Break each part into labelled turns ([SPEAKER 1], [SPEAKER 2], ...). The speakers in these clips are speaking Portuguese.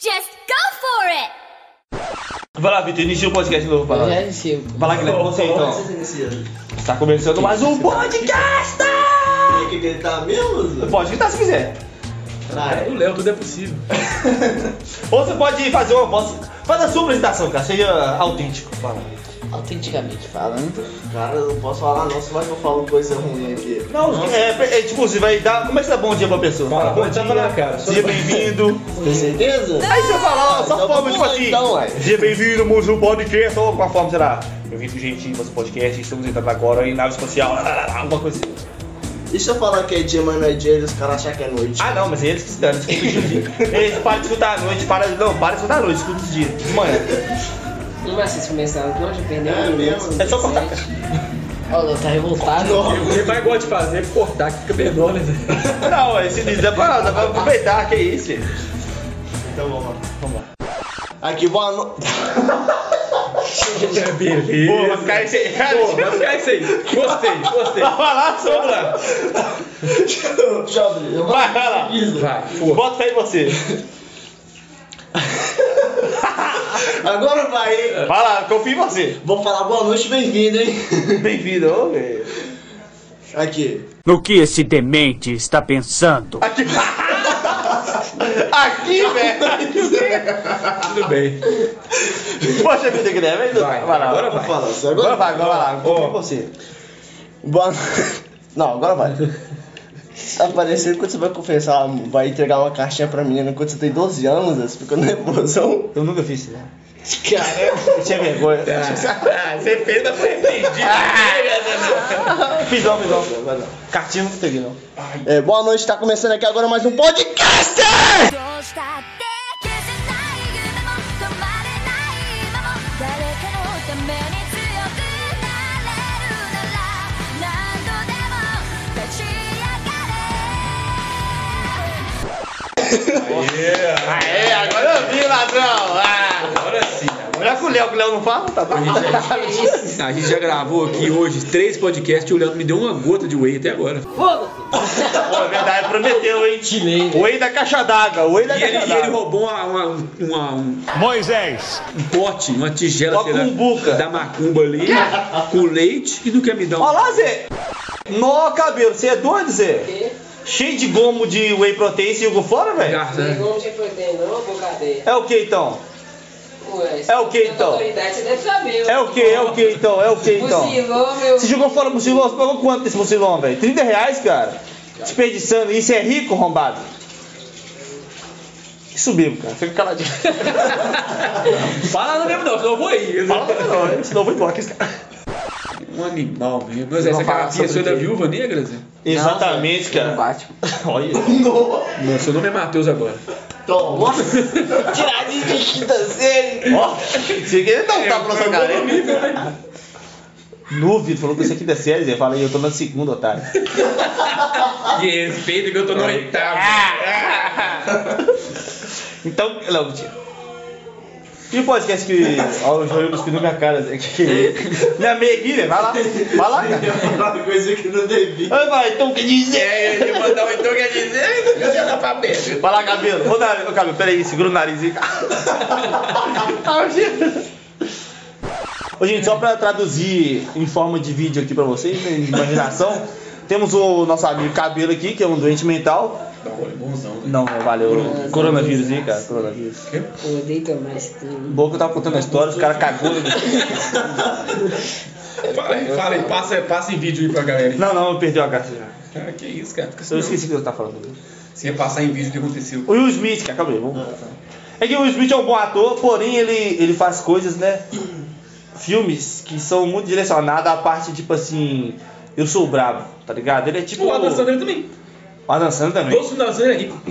[SPEAKER 1] Just go for it!
[SPEAKER 2] Vai lá, Vitor, inicia o podcast de novo pra lá.
[SPEAKER 3] Já iniciei.
[SPEAKER 2] Vai lá, Guilherme, você então. Tá começando mais um podcast!
[SPEAKER 4] Tem que gritar mesmo, Zé?
[SPEAKER 2] Pode gritar se quiser.
[SPEAKER 4] Vai.
[SPEAKER 5] Do Léo, tudo é possível.
[SPEAKER 2] Ou você pode fazer uma. Posso... Faz a sua apresentação, cara. Seja autêntico. Fala.
[SPEAKER 3] Autenticamente
[SPEAKER 2] Tá
[SPEAKER 3] falando.
[SPEAKER 4] Cara, eu não posso falar não, senão eu falo coisa ruim aqui.
[SPEAKER 2] Não, é, é, tipo, você vai dar. Começa a bom dia pra pessoa.
[SPEAKER 5] Fala,
[SPEAKER 2] Fala,
[SPEAKER 5] bom dia, cara. Só-
[SPEAKER 2] Seja bem-vindo.
[SPEAKER 4] Tem certeza?
[SPEAKER 2] Aí você fala, ó, só
[SPEAKER 4] Então
[SPEAKER 2] forma,
[SPEAKER 4] vamos
[SPEAKER 2] tipo
[SPEAKER 4] lá,
[SPEAKER 2] assim.
[SPEAKER 4] então, ué.
[SPEAKER 2] Seja bem-vindo, Muzu Podcast. Ou qual forma será? Eu vim gente, você podcast, estamos entrando agora em nave espacial. Alguma coisa assim.
[SPEAKER 4] Deixa eu falar que é dia, mas não é dia e os caras acham que é noite.
[SPEAKER 2] Ah não, mas é eles que se dão, eles escutam de dia. Eles param de escutar à noite, para Não, para de escutar à noite, escuta de dia. De manhã.
[SPEAKER 3] Não vai ser começando não, já perdeu.
[SPEAKER 4] É
[SPEAKER 3] um minuto,
[SPEAKER 4] mesmo?
[SPEAKER 2] É só cortar.
[SPEAKER 3] Ó, o Léo tá revoltado.
[SPEAKER 5] O que mais gosta de fazer é cortar, que fica perdona, né?
[SPEAKER 2] Não, esse diz é pra, dá pra aproveitar, que é isso. gente.
[SPEAKER 4] Então vamos lá.
[SPEAKER 2] Vamos lá.
[SPEAKER 4] Aqui, boa noite.
[SPEAKER 5] Beleza.
[SPEAKER 2] Pô, vai ficar esse aí.
[SPEAKER 5] Pô, vai ficar isso aí. Gostei, gostei.
[SPEAKER 2] Vai lá, sombra.
[SPEAKER 4] Já abri. Eu vou-
[SPEAKER 2] Vai, vai lá.
[SPEAKER 5] Vai, pô.
[SPEAKER 2] Bota fé em você.
[SPEAKER 4] Agora vai, hein?
[SPEAKER 2] Vai lá, confio em você.
[SPEAKER 4] Vou falar boa noite, bem-vindo, hein?
[SPEAKER 2] Bem-vindo, ô, velho.
[SPEAKER 4] Aqui.
[SPEAKER 6] No que esse demente está pensando?
[SPEAKER 2] Aqui. Aqui, velho.
[SPEAKER 5] Tudo bem.
[SPEAKER 2] Poxa vida, Guilherme.
[SPEAKER 5] Vai,
[SPEAKER 2] lá.
[SPEAKER 5] agora vai.
[SPEAKER 4] Fala, você
[SPEAKER 2] Agora
[SPEAKER 4] agora
[SPEAKER 2] vai, agora vai lá. Confio em você.
[SPEAKER 4] Boa no- Não, agora vai. Tá parecendo quando você vai confessar, vai entregar uma caixinha pra menina quando você tem 12 anos, né? você fica nervosão.
[SPEAKER 2] Eu nunca fiz isso, né?
[SPEAKER 4] Caramba.
[SPEAKER 2] Tinha vergonha.
[SPEAKER 5] Ah, você fez, mas foi arrependido.
[SPEAKER 2] Ah. Fiz não, fiz não. Vai lá. Cartinho não peguei, não.
[SPEAKER 4] É, boa noite, tá começando aqui agora mais um podcast!
[SPEAKER 1] どうしたって消せない夢も止まれない今も誰かのために強くなれるなら何度でも立ち上
[SPEAKER 2] Aê, É, agora eu vi, ladrão! Ah,
[SPEAKER 5] Agora sim.
[SPEAKER 2] olha com o Léo, que o Léo não fala, tá bom?
[SPEAKER 5] A gente já gravou aqui hoje três podcasts e o Léo me deu uma gota de whey até agora.
[SPEAKER 2] Pô, é verdade, prometeu, hein? O ei da caixa d'água, o ei da
[SPEAKER 5] né? E ele,
[SPEAKER 2] caixa
[SPEAKER 5] e ele
[SPEAKER 2] d'água.
[SPEAKER 5] roubou uma, uma- uma- um
[SPEAKER 6] Moisés!
[SPEAKER 5] pote, uma tigela
[SPEAKER 2] Uma
[SPEAKER 5] sei lá,
[SPEAKER 2] cumbuca.
[SPEAKER 5] da macumba ali, com leite e não quer me dar um.
[SPEAKER 2] Olha lá, Zé! Nó cabelo, você é doido, Zé? Cheio de gomo de whey protein e jogou fora, velho?
[SPEAKER 5] garfo, né?
[SPEAKER 3] Negão já foi dentro, não, bocadeia.
[SPEAKER 2] É o que então?
[SPEAKER 3] Ué,
[SPEAKER 2] É o que,
[SPEAKER 3] você tem
[SPEAKER 2] então?
[SPEAKER 3] autoridade, você deve saber.
[SPEAKER 2] É o que? É o que então? É o que então?
[SPEAKER 3] Fuzilou, meu.
[SPEAKER 2] Você jogou fora o mochilão? Você pagou quanto desse mochilão, velho? 30 reais, cara? Desperdiçando, isso é rico, rombado? Subimos, cara. Fica caladinho.
[SPEAKER 5] Fala não mesmo não, senão eu vou aí.
[SPEAKER 2] Fala pra nós, senão eu vou embora com esse cara.
[SPEAKER 5] Um animal mesmo. Mas
[SPEAKER 2] Vamos
[SPEAKER 5] essa
[SPEAKER 2] falar
[SPEAKER 5] garrafinha
[SPEAKER 2] sobre
[SPEAKER 5] sua é
[SPEAKER 2] o
[SPEAKER 5] da
[SPEAKER 2] quê?
[SPEAKER 5] viúva negra, Zé?
[SPEAKER 2] Exatamente,
[SPEAKER 3] Não
[SPEAKER 2] cara.
[SPEAKER 3] bate.
[SPEAKER 2] Olha.
[SPEAKER 5] Não, seu nome é Matheus agora.
[SPEAKER 4] Toma! Tiradinho de quinta série!
[SPEAKER 2] Ó, você quer dar um tapa na sua cara, hein?
[SPEAKER 5] nível, É, né?
[SPEAKER 2] Nuve falou que isso aqui é série, Zé. Fala aí, eu tô na segunda, otário.
[SPEAKER 5] E respeito que eu tô no oitavo.
[SPEAKER 2] Então, não, mentira. E o podcast que. Ó, o Joel cuspiu na minha cara, Zé. Que que é isso? Minha meia aqui, né? Vai lá. Vai lá, cara.
[SPEAKER 4] Eu falar coisa que não devia.
[SPEAKER 2] Ai, vai, então quer dizer?
[SPEAKER 5] Ele mandar um então quer dizer, eu já pra beijo.
[SPEAKER 2] Vai lá, cabelo. Ô, na- ô, cabelo, peraí, segura o nariz aí. Ah, gente. Ô, gente, só pra traduzir em forma de vídeo aqui pra vocês, né, de imaginação, temos o nosso amigo Cabelo aqui, que é um doente mental.
[SPEAKER 5] Tá bom, é bonzão, né?
[SPEAKER 2] Não, não, valeu. Coronavírus aí, cara, coronavírus.
[SPEAKER 3] Eu odeio tomar esse tudo.
[SPEAKER 2] Boa que eu tava contando a história, os caras cagou.
[SPEAKER 5] Fala aí, fala aí, passa, passa em vídeo aí pra galera.
[SPEAKER 2] Não, não, eu perdi a graça já.
[SPEAKER 5] Cara, que isso, cara. Fica
[SPEAKER 2] Eu
[SPEAKER 5] assim,
[SPEAKER 2] esqueci o que eu tava falando.
[SPEAKER 5] Se ia passar em vídeo o que aconteceu.
[SPEAKER 2] O Will Smith, cara, calma aí, vamos
[SPEAKER 3] Ah, tá.
[SPEAKER 2] voltar. É que o Will Smith é um bom ator, porém ele, ele faz coisas, né? Filmes que são muito direcionados à parte, tipo assim, eu sou brabo, tá ligado? Ele é tipo.
[SPEAKER 5] O Adam Sandler também.
[SPEAKER 2] O Adam Sandler também.
[SPEAKER 5] Todos os filmes da Adam Sandler é rico.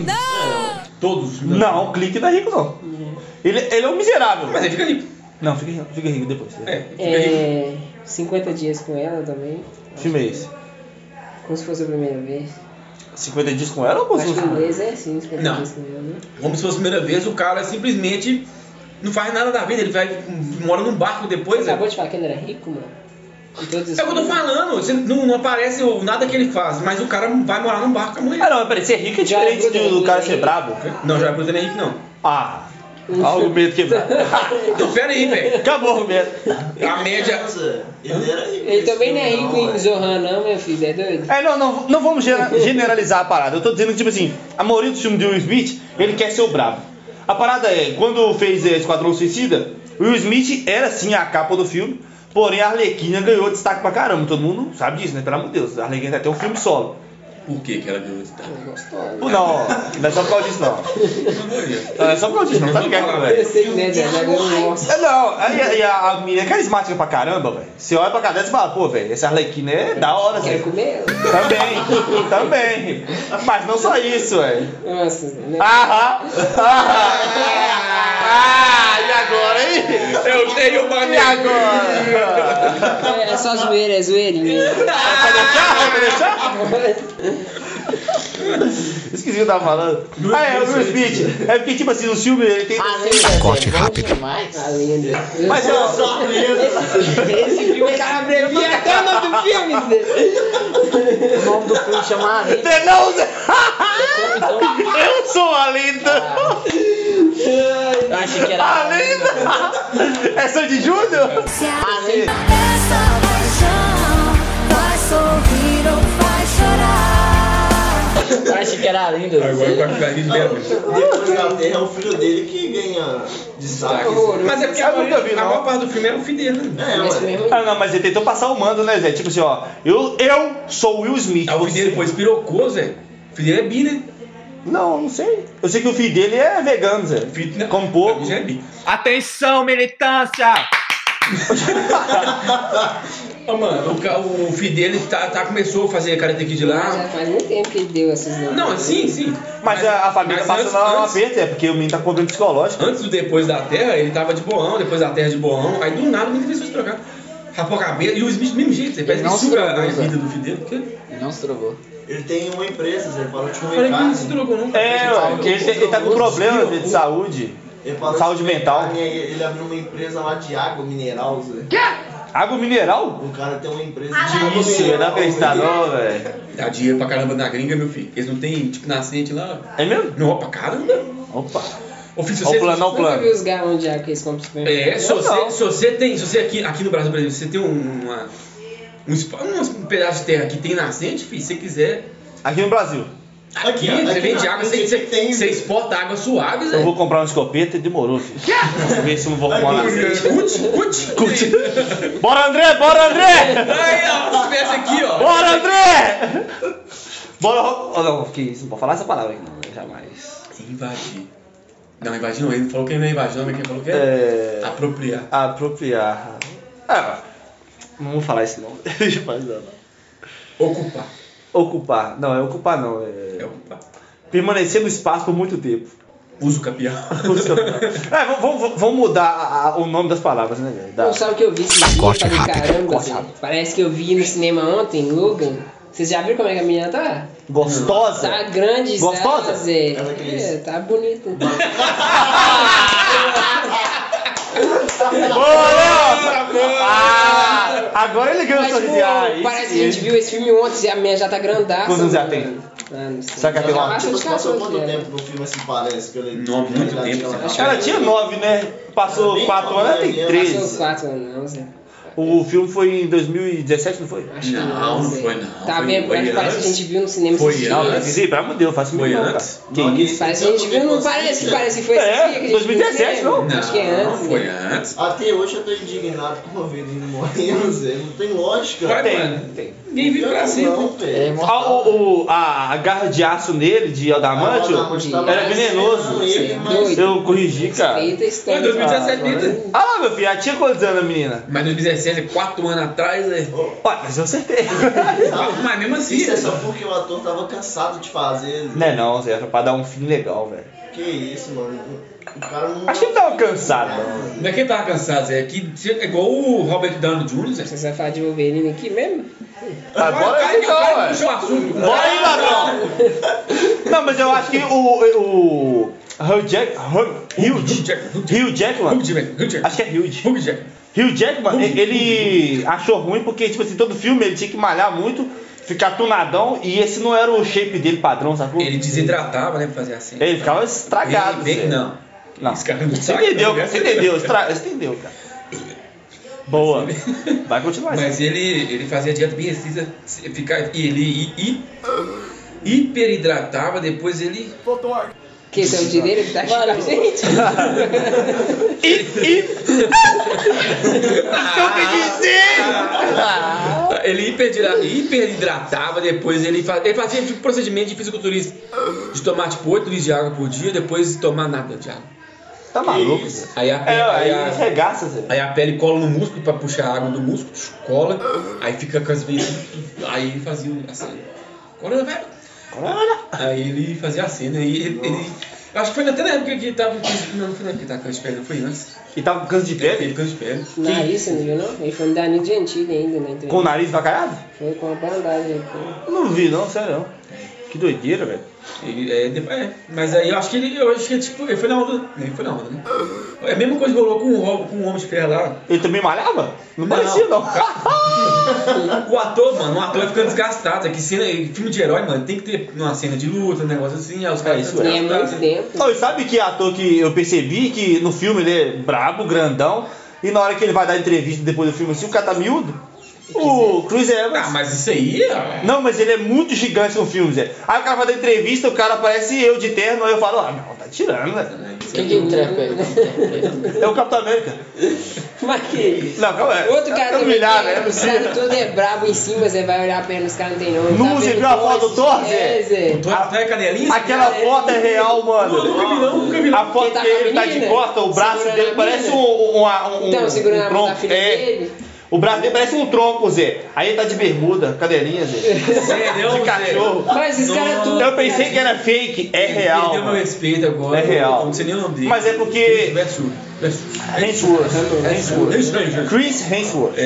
[SPEAKER 5] Todos os filmes da
[SPEAKER 2] Não, o clique não é rico, não. Ele, ele é um miserável.
[SPEAKER 5] Mas ele fica rico.
[SPEAKER 2] Não, fica, rico- fica rico depois. tá
[SPEAKER 5] É, ele fica rico.
[SPEAKER 3] É, 50 dias com ela também.
[SPEAKER 2] Que Filme é esse?
[SPEAKER 3] Como se fosse a primeira vez.
[SPEAKER 2] 50 dias com ela ou com os
[SPEAKER 3] Acho que em
[SPEAKER 2] outros?
[SPEAKER 3] inglês é assim, 50
[SPEAKER 5] Não.
[SPEAKER 3] dias com ela, né?
[SPEAKER 5] Como se fosse a primeira vez, o cara simplesmente não faz nada da vida. Ele vai, mora num barco depois.
[SPEAKER 3] Você
[SPEAKER 5] é.
[SPEAKER 3] acabou de falar que ele era rico, mano? Em todos os
[SPEAKER 5] É o que eu tô falando, você não, não aparece o- nada que ele faz, mas o cara vai morar num barco amanhã.
[SPEAKER 2] Ah, não, mas peraí, ser rico é
[SPEAKER 3] Já
[SPEAKER 2] diferente
[SPEAKER 3] ajuda,
[SPEAKER 2] do, do cara
[SPEAKER 3] ajuda.
[SPEAKER 2] ser brabo.
[SPEAKER 5] Não, já é pro Henrique não.
[SPEAKER 2] Ah, Olha o argumento quebrado.
[SPEAKER 5] Não, pera aí, velho.
[SPEAKER 2] Acabou o argumento.
[SPEAKER 5] A média.
[SPEAKER 7] Ele era rico.
[SPEAKER 3] Ele também não é rico
[SPEAKER 7] ué.
[SPEAKER 3] em Zohan, não, meu filho, é doido?
[SPEAKER 2] É, não, não, não vamos gera- generalizar a parada. Eu tô dizendo que, tipo assim, a maioria dos filmes de Will Smith, ele quer ser o brabo. A parada é, quando fez eh, Esquadrão Suicida, Will Smith era sim a capa do filme, porém a Arlequina ganhou destaque pra caramba. Todo mundo sabe disso, né? Pelo amor de Deus, a Arlequina tem até um filme solo.
[SPEAKER 5] Por que que ela ganhou esse taco?
[SPEAKER 2] Não, não é só por causa disso, não. Não é só por causa disso, não. Sabe o que é que
[SPEAKER 3] Eu
[SPEAKER 2] velho?
[SPEAKER 3] sei que, né, Dad? Agora eu gosto.
[SPEAKER 2] É, Não, aí aí a, a menina é carismática pra caramba, velho. Você olha pra cara dela e fala, pô, velho, essa Arlequina é da hora,
[SPEAKER 3] Quer
[SPEAKER 2] velho.
[SPEAKER 3] comer?
[SPEAKER 2] Também, também. Mas não só isso, velho.
[SPEAKER 3] Nossa, né?
[SPEAKER 2] Aham! Aham! Ah, e agora, hein?
[SPEAKER 5] Eu tenho uma
[SPEAKER 2] E agora?
[SPEAKER 3] É, é só zoeira, é zoeirinha.
[SPEAKER 2] Vai deixar? Vai deixar? Esqueci o que eu tava falando. Ah, é, o Will Smith. É porque, tipo assim, o filme ele tem.
[SPEAKER 6] Corte rápido.
[SPEAKER 3] A lenda.
[SPEAKER 2] Mas olha só.
[SPEAKER 3] Esse filme, o cara abrevia até o nome do filme, né? Zé.
[SPEAKER 8] O nome do filme chama A Lenda.
[SPEAKER 2] The Nose- Eu sou a lenda!
[SPEAKER 8] Eu achei que era
[SPEAKER 2] A lenda! É Sandy Júnior?
[SPEAKER 1] Essa paixão vai sorrir ou vai chorar.
[SPEAKER 8] Eu achei que era A Lenda.
[SPEAKER 5] Agora com a Clarice Lispector.
[SPEAKER 7] Depois da Terra é o filho dele que ganha destaque.
[SPEAKER 5] Mas é porque a
[SPEAKER 2] Eu nunca vi,
[SPEAKER 5] maior, a
[SPEAKER 2] não.
[SPEAKER 5] maior parte do filme era o filho dele, né?
[SPEAKER 7] É,
[SPEAKER 3] Mas
[SPEAKER 7] ué.
[SPEAKER 3] mesmo.
[SPEAKER 2] Ah, não, mas ele tentou passar o mando, né, Zé? Tipo assim, ó, eu, eu sou É o Will Smith.
[SPEAKER 5] Ah, O filho dele foi espirocoso, velho. O filho dele é bi, né?
[SPEAKER 2] Não, não sei. Eu sei que o filho dele é vegano, Zé.
[SPEAKER 5] O filho-
[SPEAKER 2] Com pouco.
[SPEAKER 5] Pra mim já é bi.
[SPEAKER 6] Atenção, militância!
[SPEAKER 5] Ô, mano, o, ca- o filho dele tá, tá- começou a fazer Karate Kid
[SPEAKER 3] Mas assim, já
[SPEAKER 5] lá.
[SPEAKER 3] faz muito tempo que ele deu essas né? lendas.
[SPEAKER 5] Não, sim, sim.
[SPEAKER 2] Mas a, a família
[SPEAKER 5] mas
[SPEAKER 2] passa
[SPEAKER 5] antes-
[SPEAKER 2] lá um
[SPEAKER 5] antes-
[SPEAKER 2] aperto, é porque o menino tá com problema psicológico.
[SPEAKER 5] Antes do Depois da Terra, ele tava de boão, depois da Terra de boão, aí do nada muita pessoa se trocar. Rapou a cabeça, e o Smith do mesmo jeito, você parece que
[SPEAKER 8] não se
[SPEAKER 5] suga a
[SPEAKER 8] transa.
[SPEAKER 5] vida do filho dele. Porque...
[SPEAKER 8] Ele não se drogou.
[SPEAKER 7] Ele tem uma empresa, Zé, parou de
[SPEAKER 5] Eu falei
[SPEAKER 7] comer
[SPEAKER 5] que ele não se
[SPEAKER 7] carne.
[SPEAKER 5] drogou, não. cara.
[SPEAKER 2] É,
[SPEAKER 5] Ele tava-
[SPEAKER 2] ué, porque ele, ele tá com problema de saúde.
[SPEAKER 7] Ele parou de
[SPEAKER 2] Saúde
[SPEAKER 7] comer
[SPEAKER 2] mental.
[SPEAKER 7] carne, aí Ele abriu uma empresa lá de água mineral, Zé.
[SPEAKER 2] Água mineral?
[SPEAKER 7] Um cara tem uma empresa
[SPEAKER 2] Ah,
[SPEAKER 7] de
[SPEAKER 2] Isso, eu não acredito não, velho.
[SPEAKER 5] Dá dinheiro pra caramba na gringa, meu filho. Eles não tem, tipo, nascente lá.
[SPEAKER 2] É mesmo?
[SPEAKER 5] Não, pra caramba.
[SPEAKER 2] Opa.
[SPEAKER 5] Ô, filho, se
[SPEAKER 2] Ó
[SPEAKER 5] você...
[SPEAKER 2] o plano, ó o
[SPEAKER 3] Nunca vi
[SPEAKER 2] plano.
[SPEAKER 3] os galões de água que eles compram no supermercado.
[SPEAKER 5] É, se
[SPEAKER 2] Eu
[SPEAKER 5] você,
[SPEAKER 2] não.
[SPEAKER 5] se você tem, se você aqui, aqui no Brasil, por exemplo, você tem um- uma, um, espa- um pedaço de terra que tem nascente, filho, se você quiser...
[SPEAKER 2] Aqui no Brasil,
[SPEAKER 5] Aqui,
[SPEAKER 7] ó,
[SPEAKER 5] você
[SPEAKER 7] aqui
[SPEAKER 5] vende
[SPEAKER 7] na
[SPEAKER 5] água,
[SPEAKER 7] frente
[SPEAKER 5] você, você,
[SPEAKER 7] tem-
[SPEAKER 5] você exporta água suave, né? Zé.
[SPEAKER 2] eu vou comprar uma escopeta e demorou, filho. Vou ver se um eu não vou arrumar na frente.
[SPEAKER 5] Curte, curte. curte.
[SPEAKER 2] Bora, André! Bora, André!
[SPEAKER 5] Aí, ó, se tivesse aqui, ó.
[SPEAKER 2] Bora, André! Bora, Ro- oh, não, que isso, não pode falar essa palavra aqui, não, jamais.
[SPEAKER 5] Invadir. Não, invadir não, ele não falou que não é invadir, não, mas quem falou que é?
[SPEAKER 2] É...
[SPEAKER 5] Apropriar.
[SPEAKER 2] Apropriar. Ah, não vou falar isso não. Deixa eu fazer não.
[SPEAKER 5] Ocupar.
[SPEAKER 2] Ocupar. Não, é ocupar não.
[SPEAKER 5] É
[SPEAKER 2] É...
[SPEAKER 5] ocupar.
[SPEAKER 2] Permanecer no espaço por muito tempo.
[SPEAKER 5] Uso capial.
[SPEAKER 2] é, vamos- vamos, vamos mudar a- a- o nome das palavras, né, velho? Da-
[SPEAKER 3] Não, sabe o que eu vi esse dia?
[SPEAKER 6] Corte
[SPEAKER 3] Falei,
[SPEAKER 6] rápido,
[SPEAKER 3] caramba,
[SPEAKER 2] corte
[SPEAKER 3] Zé.
[SPEAKER 2] rápido.
[SPEAKER 3] Parece que eu vi no cinema ontem, Logan. Vocês já viram como é que a menina tá?
[SPEAKER 2] Gostosa?
[SPEAKER 3] Tá grande, Zé.
[SPEAKER 2] Gostosa?
[SPEAKER 3] Zé.
[SPEAKER 7] Ela que
[SPEAKER 3] É,
[SPEAKER 7] disse.
[SPEAKER 3] tá bonita.
[SPEAKER 2] Ô, Léo! Ah, agora ele ganhou o
[SPEAKER 3] Mas,
[SPEAKER 2] sorriso.
[SPEAKER 3] pô,
[SPEAKER 2] Ah, isso
[SPEAKER 3] parece que a gente
[SPEAKER 2] mesmo.
[SPEAKER 3] viu esse filme ontem, a minha já tá grandaça.
[SPEAKER 2] Quantos anos ela
[SPEAKER 3] mano.
[SPEAKER 2] tem?
[SPEAKER 3] Ah, não sei.
[SPEAKER 5] é
[SPEAKER 2] Será que ela tem
[SPEAKER 3] Já
[SPEAKER 2] uma-
[SPEAKER 3] passa
[SPEAKER 7] Tipo,
[SPEAKER 3] de
[SPEAKER 7] você passou
[SPEAKER 3] 14,
[SPEAKER 7] quanto
[SPEAKER 3] é.
[SPEAKER 7] tempo no filme assim parece? Que tá eu lembro.
[SPEAKER 5] Não, muito
[SPEAKER 7] Ela
[SPEAKER 5] tempo,
[SPEAKER 7] tinha-
[SPEAKER 5] você
[SPEAKER 7] ela
[SPEAKER 5] acha
[SPEAKER 7] tinha-
[SPEAKER 2] Ela tinha nove, né? Passou
[SPEAKER 7] Bem
[SPEAKER 2] quatro anos, ela
[SPEAKER 5] né?
[SPEAKER 2] tem
[SPEAKER 7] nova,
[SPEAKER 3] Passou
[SPEAKER 2] três.
[SPEAKER 3] 4 anos, não, Zé.
[SPEAKER 2] O filme foi em 2017, não foi?
[SPEAKER 3] Acho que
[SPEAKER 5] Não, não
[SPEAKER 3] Zé.
[SPEAKER 5] foi, não.
[SPEAKER 3] Tá
[SPEAKER 5] Foi-
[SPEAKER 3] vendo?
[SPEAKER 5] foi
[SPEAKER 3] Parece parece que a
[SPEAKER 5] antes.
[SPEAKER 3] gente viu no cinema
[SPEAKER 5] Foi
[SPEAKER 3] esses dias.
[SPEAKER 2] Não,
[SPEAKER 5] antes.
[SPEAKER 2] mas Zé, pelo amor de Deus, faz
[SPEAKER 5] Foi
[SPEAKER 2] mínimo, não, cara.
[SPEAKER 5] antes?
[SPEAKER 2] Que
[SPEAKER 7] Não,
[SPEAKER 2] isso?
[SPEAKER 3] Parece que a gente viu, não parece que parece que foi
[SPEAKER 2] É,
[SPEAKER 3] esse dia que a gente viu no
[SPEAKER 2] 2017,
[SPEAKER 3] cinema.
[SPEAKER 5] Não,
[SPEAKER 3] Acho que é antes.
[SPEAKER 5] foi
[SPEAKER 3] Zé.
[SPEAKER 5] antes. né?
[SPEAKER 7] Até hoje eu tô indignado com o vida indo morrendo, Zé. Não tem lógica.
[SPEAKER 5] Vai,
[SPEAKER 2] Tem,
[SPEAKER 5] mano.
[SPEAKER 2] tem.
[SPEAKER 5] Ninguém vive pra
[SPEAKER 7] Não,
[SPEAKER 5] sempre.
[SPEAKER 7] não, velho.
[SPEAKER 2] Ah, o- o- a, a garra de aço nele, de Adamantio,
[SPEAKER 7] Adamantio tava
[SPEAKER 2] Ah, era venenoso.
[SPEAKER 7] acertando ele, mas-
[SPEAKER 3] Doido.
[SPEAKER 2] Eu corrigi, cara.
[SPEAKER 3] Respeita a
[SPEAKER 5] Foi
[SPEAKER 3] história.
[SPEAKER 5] 2017, vida.
[SPEAKER 2] Ah lá, meu filho, a tia quantos anos, a menina?
[SPEAKER 5] Mas 2016 é 4 anos atrás, é.
[SPEAKER 2] Olha, mas eu acertei.
[SPEAKER 7] Sabe?
[SPEAKER 5] Mas mesmo assim.
[SPEAKER 7] Isso é só porque o ator tava cansado de fazer.
[SPEAKER 2] não é não, Zé, era pra dar um fim legal, velho.
[SPEAKER 7] Que isso, mano. O cara não.
[SPEAKER 2] Acho que ele tá tava cansado, mano.
[SPEAKER 5] Não é que ele tava cansado, Zé. É que é igual o Robert Downey Jr., Zé.
[SPEAKER 3] Você vai falar de Wolverine aqui mesmo?
[SPEAKER 5] Agora
[SPEAKER 2] Agora
[SPEAKER 5] o cara, é
[SPEAKER 2] eu
[SPEAKER 5] o cara
[SPEAKER 2] não, velho.
[SPEAKER 5] puxou o assunto.
[SPEAKER 2] Bora aí, ladrão! Não, mas eu acho que o. o Hugh Jack. Hugh, Hugh, Jack- Hugh Jackman.
[SPEAKER 5] Hulk Jackman, Hulk Jackman.
[SPEAKER 2] Acho que é Hugh.
[SPEAKER 5] Hulk Jackman.
[SPEAKER 2] Hugh Jackman, e- ele achou ruim porque, tipo assim, todo filme ele tinha que malhar muito, ficar tunadão, e esse não era o shape dele padrão, sacou?
[SPEAKER 5] Ele desidratava, né, pra fazer assim.
[SPEAKER 2] Ele ficava
[SPEAKER 5] Ele
[SPEAKER 2] estragado.
[SPEAKER 5] bem-
[SPEAKER 2] Zé.
[SPEAKER 5] Não.
[SPEAKER 2] Não.
[SPEAKER 5] Esse cara não
[SPEAKER 2] Você
[SPEAKER 5] saca,
[SPEAKER 2] entendeu,
[SPEAKER 5] né?
[SPEAKER 2] cara. Você entendeu. estra- Você entendeu, cara. Boa. Vai continuar.
[SPEAKER 5] Mas
[SPEAKER 2] assim.
[SPEAKER 5] ele, ele fazia dieta bem restrita, se- ficar, e ele hi- hi- hiperidratava, depois ele.
[SPEAKER 3] Que esse é o direito que tá achando a gente?
[SPEAKER 5] Ah, Ele hiperidra- hiperidratava, depois ele, fa- ele fazia tipo procedimento de fisiculturista. De tomar tipo 8 litros de água por dia, depois tomar nada de água.
[SPEAKER 2] Tá maluco?
[SPEAKER 5] Aí a,
[SPEAKER 2] É, aí
[SPEAKER 5] pele, aí,
[SPEAKER 2] ele
[SPEAKER 5] a,
[SPEAKER 2] regaça, Zé.
[SPEAKER 5] aí a pele cola no músculo pra puxar a água do músculo, cola, aí fica com as veias. tudo- Aí ele fazia assim. Corona, velho. Aí ele fazia a cena e ele, ele- eu acho que foi até na época que ele tava. Não, não foi na época que ele tava com as pernas, foi antes.
[SPEAKER 2] E tava com câncer de
[SPEAKER 5] Ele
[SPEAKER 2] pele?
[SPEAKER 5] teve câncer de pele.
[SPEAKER 3] Não, isso não viu não? Ele foi no Danilo Gentili ainda na
[SPEAKER 2] Com o
[SPEAKER 3] entrevista.
[SPEAKER 2] nariz bacalhado?
[SPEAKER 3] Foi com a bandagem. pô.
[SPEAKER 2] Eu não vi, não, sério não. Que doideira, velho.
[SPEAKER 5] Ele- é, depois- é, mas aí eu acho que ele. Eu acho que tipo, ele foi na onda. Ele foi na onda, né? É a mesma coisa que rolou com o, Ro- com o Homem de Ferro lá.
[SPEAKER 2] Ele também malhava? Não parecia, não.
[SPEAKER 5] O ator, mano, o ator fica desgastado. É que cena, filme de herói, mano, tem que ter uma cena de luta, um negócio assim, aí os
[SPEAKER 2] É,
[SPEAKER 5] caras
[SPEAKER 2] isso
[SPEAKER 5] ficam
[SPEAKER 3] E é
[SPEAKER 5] desgastados,
[SPEAKER 3] muito
[SPEAKER 5] né?
[SPEAKER 3] tempo.
[SPEAKER 2] Não, e sabe que ator que eu percebi que no filme ele é brabo, grandão, e na hora que ele vai dar entrevista depois do filme assim, o cara tá miúdo? O Chris Evans.
[SPEAKER 5] Ah, mas isso aí. é-
[SPEAKER 2] Não, mas ele é muito gigante no filme, Zé. Aí o cara vai dar entrevista, o cara parece eu de terno, aí eu falo, ah, não, tá tirando, velho.
[SPEAKER 8] Quem que é o
[SPEAKER 3] Uhum.
[SPEAKER 8] trapper?
[SPEAKER 2] É o Capitão América.
[SPEAKER 3] Mas que isso?
[SPEAKER 2] Não, calma aí.
[SPEAKER 3] Outro cara
[SPEAKER 2] é
[SPEAKER 3] também
[SPEAKER 2] humilhar, né?
[SPEAKER 3] que
[SPEAKER 2] É
[SPEAKER 3] sabe
[SPEAKER 2] possível.
[SPEAKER 3] tudo é brabo em cima, você vai olhar a perna, os caras não tem nome.
[SPEAKER 2] Nu, você
[SPEAKER 3] vendo
[SPEAKER 2] viu a foto
[SPEAKER 3] poste?
[SPEAKER 2] do Thor,
[SPEAKER 3] É, Zé.
[SPEAKER 5] Tu é- tu é canelinha?
[SPEAKER 2] Aquela foto é real,
[SPEAKER 5] Não, nunca vi
[SPEAKER 2] mano.
[SPEAKER 5] não, nunca vi não.
[SPEAKER 2] A foto
[SPEAKER 3] Ele tá
[SPEAKER 2] que ele
[SPEAKER 3] com a
[SPEAKER 2] tá de
[SPEAKER 3] menina,
[SPEAKER 2] costa, o braço
[SPEAKER 3] segurando
[SPEAKER 2] dele
[SPEAKER 3] a
[SPEAKER 2] parece um,
[SPEAKER 3] menina.
[SPEAKER 2] um, um, um-
[SPEAKER 3] Então, segurando a
[SPEAKER 2] um
[SPEAKER 3] mão da
[SPEAKER 2] tronco.
[SPEAKER 3] filha
[SPEAKER 2] é.
[SPEAKER 3] dele.
[SPEAKER 2] O braço dele parece um tronco, Zé. Aí ele tá de bermuda, cadeirinha, Zé.
[SPEAKER 5] Sério,
[SPEAKER 2] De cachorro.
[SPEAKER 3] Mas esses caras tudo.
[SPEAKER 2] Eu pensei que era fake, é real.
[SPEAKER 5] Perdeu meu
[SPEAKER 2] mano.
[SPEAKER 5] respeito agora.
[SPEAKER 2] É real.
[SPEAKER 5] Eu Não sei nem o nome dele.
[SPEAKER 2] Mas é porque-
[SPEAKER 5] Verso. Verso.
[SPEAKER 2] Hemsworth.
[SPEAKER 5] É
[SPEAKER 2] Hemsworth.
[SPEAKER 5] Verso.
[SPEAKER 2] Chris Hemsworth.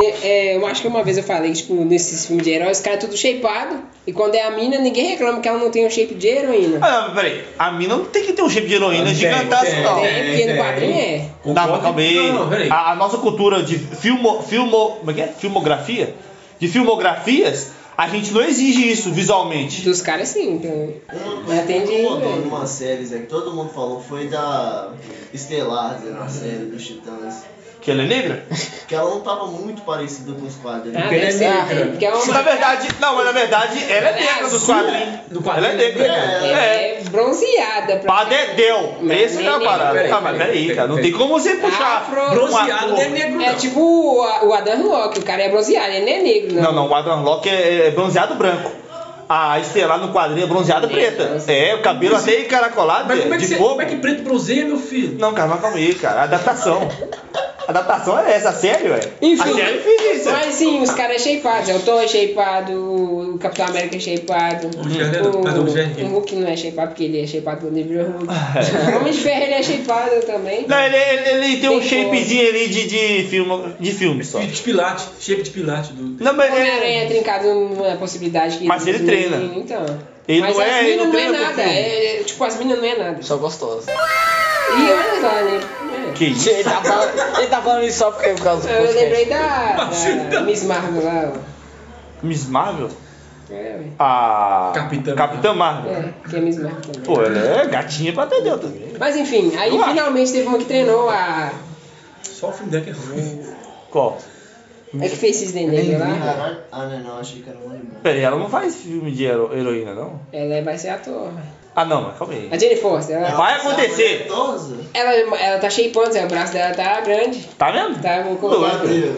[SPEAKER 3] É, é, eu acho que uma vez eu falei, tipo, nesses filmes de herói, os caras tudo shapeado. E quando é a mina, ninguém reclama que ela não tem um shape de heroína.
[SPEAKER 2] Ah, não, peraí. A mina não tem que ter um shape de heroína
[SPEAKER 5] Tem,
[SPEAKER 2] gigantesco,
[SPEAKER 5] tem,
[SPEAKER 2] não.
[SPEAKER 3] tem, porque no quadrinho é.
[SPEAKER 2] Dá pra calma aí.
[SPEAKER 5] Não, não, peraí.
[SPEAKER 2] A, a nossa cultura de filmo, filmo, como é que é? filmografia, de filmografias, a gente não exige isso visualmente.
[SPEAKER 3] Dos caras sim, então. né?
[SPEAKER 7] Uma
[SPEAKER 3] Mas
[SPEAKER 7] coisa que
[SPEAKER 3] tem de-
[SPEAKER 7] incomodou numa série, Zé, que todo mundo falou, foi da Estelar, Zé, na série dos Titãs.
[SPEAKER 2] Que ela é negra?
[SPEAKER 7] Que ela não tava muito parecida com os quadros.
[SPEAKER 3] Ah,
[SPEAKER 2] né?
[SPEAKER 5] Ele é
[SPEAKER 3] deve ser,
[SPEAKER 5] negra.
[SPEAKER 3] porque é uma.
[SPEAKER 2] Na verdade, não, mas na verdade ela é negra dos
[SPEAKER 3] azul.
[SPEAKER 2] quadrinhos.
[SPEAKER 5] No
[SPEAKER 2] Ela
[SPEAKER 5] quadrinho
[SPEAKER 2] é negra.
[SPEAKER 7] é.
[SPEAKER 2] É.
[SPEAKER 3] É, bronzeada. pra-
[SPEAKER 2] Padedeu.
[SPEAKER 3] Mas
[SPEAKER 2] Esse
[SPEAKER 3] nem
[SPEAKER 2] não é a
[SPEAKER 3] negra.
[SPEAKER 2] parada.
[SPEAKER 5] Peraí,
[SPEAKER 2] Tá, mas
[SPEAKER 5] peraí,
[SPEAKER 2] peraí, cara. Não
[SPEAKER 5] peraí.
[SPEAKER 2] tem como você puxar.
[SPEAKER 3] Afro-
[SPEAKER 2] um
[SPEAKER 5] Bronzeado
[SPEAKER 2] ator-
[SPEAKER 5] não é negro,
[SPEAKER 3] É
[SPEAKER 5] não.
[SPEAKER 3] tipo o, o Adam Locke, o cara é bronzeado, ele não é negro, não.
[SPEAKER 2] Não, não, o Adam Locke é é bronzeado branco. A estelar no quadrinho é bronzeada preta. É, o cabelo até encaracolado,
[SPEAKER 5] Mas como é que
[SPEAKER 2] de
[SPEAKER 5] você.
[SPEAKER 2] fogo.
[SPEAKER 5] Como é que preto bronzeia, meu filho?
[SPEAKER 2] Não, cara, mas calma aí, cara. Adaptação. Adaptação é essa, sério, ué?
[SPEAKER 3] Enfim.
[SPEAKER 2] A série fez isso.
[SPEAKER 3] Mas sim, os caras é shapeado. O Thor é shapeado, o Capitão América é shapeado.
[SPEAKER 5] O Hulk é- mas o Hulk é rico.
[SPEAKER 3] o Hulk não é shapeado porque ele é shapeado quando ele virou Hulk. O Homem de Ferro ele é shapeado também.
[SPEAKER 2] Não, ele, ele- ele tem um
[SPEAKER 3] Tem
[SPEAKER 2] shapezinho ali de, de, filme, de filme só.
[SPEAKER 5] De pilate, shape de pilate do.
[SPEAKER 2] Não, mas ele,
[SPEAKER 3] Homem-Aranha é trincado numa possibilidade que.
[SPEAKER 2] Mas ele treina.
[SPEAKER 3] Então.
[SPEAKER 2] Ele
[SPEAKER 3] Mas
[SPEAKER 2] não
[SPEAKER 3] as
[SPEAKER 2] é- ele
[SPEAKER 3] minas
[SPEAKER 2] não
[SPEAKER 3] não, é
[SPEAKER 2] treina pro
[SPEAKER 3] nada.
[SPEAKER 2] filme.
[SPEAKER 3] é- é- tipo, as minas não é nada.
[SPEAKER 8] Só gostosa.
[SPEAKER 3] E olha lá, né?
[SPEAKER 2] Que isso?
[SPEAKER 8] Ele tá falando, ele tá falando isso só porque por causa do
[SPEAKER 3] É. Eu
[SPEAKER 8] podcast.
[SPEAKER 3] lembrei da,
[SPEAKER 2] então.
[SPEAKER 3] da Miss Marvel lá. ó.
[SPEAKER 2] Miss Marvel?
[SPEAKER 3] É, ué.
[SPEAKER 2] A.
[SPEAKER 5] Capitã
[SPEAKER 2] Marvel.
[SPEAKER 3] é, que é Miss Marvel também.
[SPEAKER 2] Pô, ela é gatinha pra atender também.
[SPEAKER 3] Mas enfim, aí
[SPEAKER 2] Eu acho.
[SPEAKER 3] finalmente teve uma que treinou a.
[SPEAKER 5] Só o filme dela que é ruim.
[SPEAKER 2] Qual?
[SPEAKER 3] É que fez esses neném
[SPEAKER 2] né?
[SPEAKER 3] lá.
[SPEAKER 7] Caralho. Ah, não, não, achei que era um animal.
[SPEAKER 2] Peraí, ela não faz filme de hero- heroína, não?
[SPEAKER 3] Ela é, vai ser ator.
[SPEAKER 2] Ah, não, mas calma aí.
[SPEAKER 3] A Jennifer Foster, ela,
[SPEAKER 2] Vai acontecer.
[SPEAKER 7] Essa mulher é idosa?
[SPEAKER 3] ela, ela tá shapeando, o braço dela tá grande.
[SPEAKER 2] Tá vendo?
[SPEAKER 3] Tá um pouco-
[SPEAKER 2] Doido.
[SPEAKER 7] Quadril.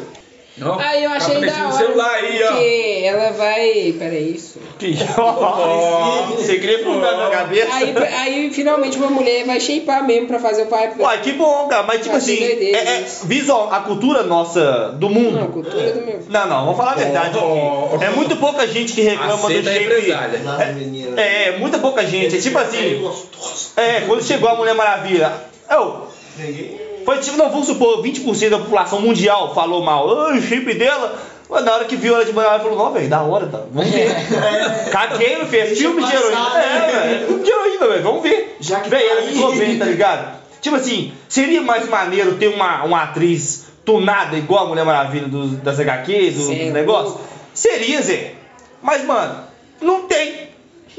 [SPEAKER 5] Não.
[SPEAKER 3] Aí eu achei
[SPEAKER 5] Tá
[SPEAKER 3] da
[SPEAKER 5] mexendo
[SPEAKER 3] hora.
[SPEAKER 5] no celular aí, ó.
[SPEAKER 3] Porque ela vai. Peraí, isso.
[SPEAKER 2] Que ó, Você queria fundar na cabeça?
[SPEAKER 3] Aí, aí finalmente uma mulher vai shapear mesmo pra fazer o pai.
[SPEAKER 2] Uai, que bom, cara. Mas tipo
[SPEAKER 3] Eu achei
[SPEAKER 2] assim,
[SPEAKER 3] doideira
[SPEAKER 2] é, é
[SPEAKER 3] isso.
[SPEAKER 2] visual, a cultura nossa do mundo.
[SPEAKER 3] né? Não, cultura do meu.
[SPEAKER 2] Não, não, vamos falar a verdade
[SPEAKER 5] Oh.
[SPEAKER 2] aqui. É muito pouca gente que reclama do
[SPEAKER 5] Aceita a
[SPEAKER 2] shape.
[SPEAKER 5] represália.
[SPEAKER 7] Lá, menina.
[SPEAKER 2] É, é muita pouca gente. É tipo assim,
[SPEAKER 7] Gostoso.
[SPEAKER 2] é, quando chegou a Mulher Maravilha, eu,
[SPEAKER 7] Peguei.
[SPEAKER 2] foi tipo, não, vamos supor, 20% da população mundial falou mal, "Ai, o shape dela. Mas na hora que viu ela de Mulher Maravilha, falou, não, velho, da hora, tá? Vamos ver. Caguei, meu filho, é filme de
[SPEAKER 7] passar,
[SPEAKER 2] heroína.
[SPEAKER 7] né?
[SPEAKER 2] É, velho, é filme de heroína, velho, vamos ver.
[SPEAKER 7] Já que
[SPEAKER 2] Véi,
[SPEAKER 7] tá
[SPEAKER 2] ela
[SPEAKER 7] aí.
[SPEAKER 2] ficou bem, tá ligado? Tipo assim, seria mais maneiro ter uma, uma atriz tunada igual a Mulher Maravilha dos, das HQs, dos,
[SPEAKER 3] Cê é
[SPEAKER 2] dos negócios?
[SPEAKER 3] louco.
[SPEAKER 2] Seria, Zé. Mas, mano, não tem.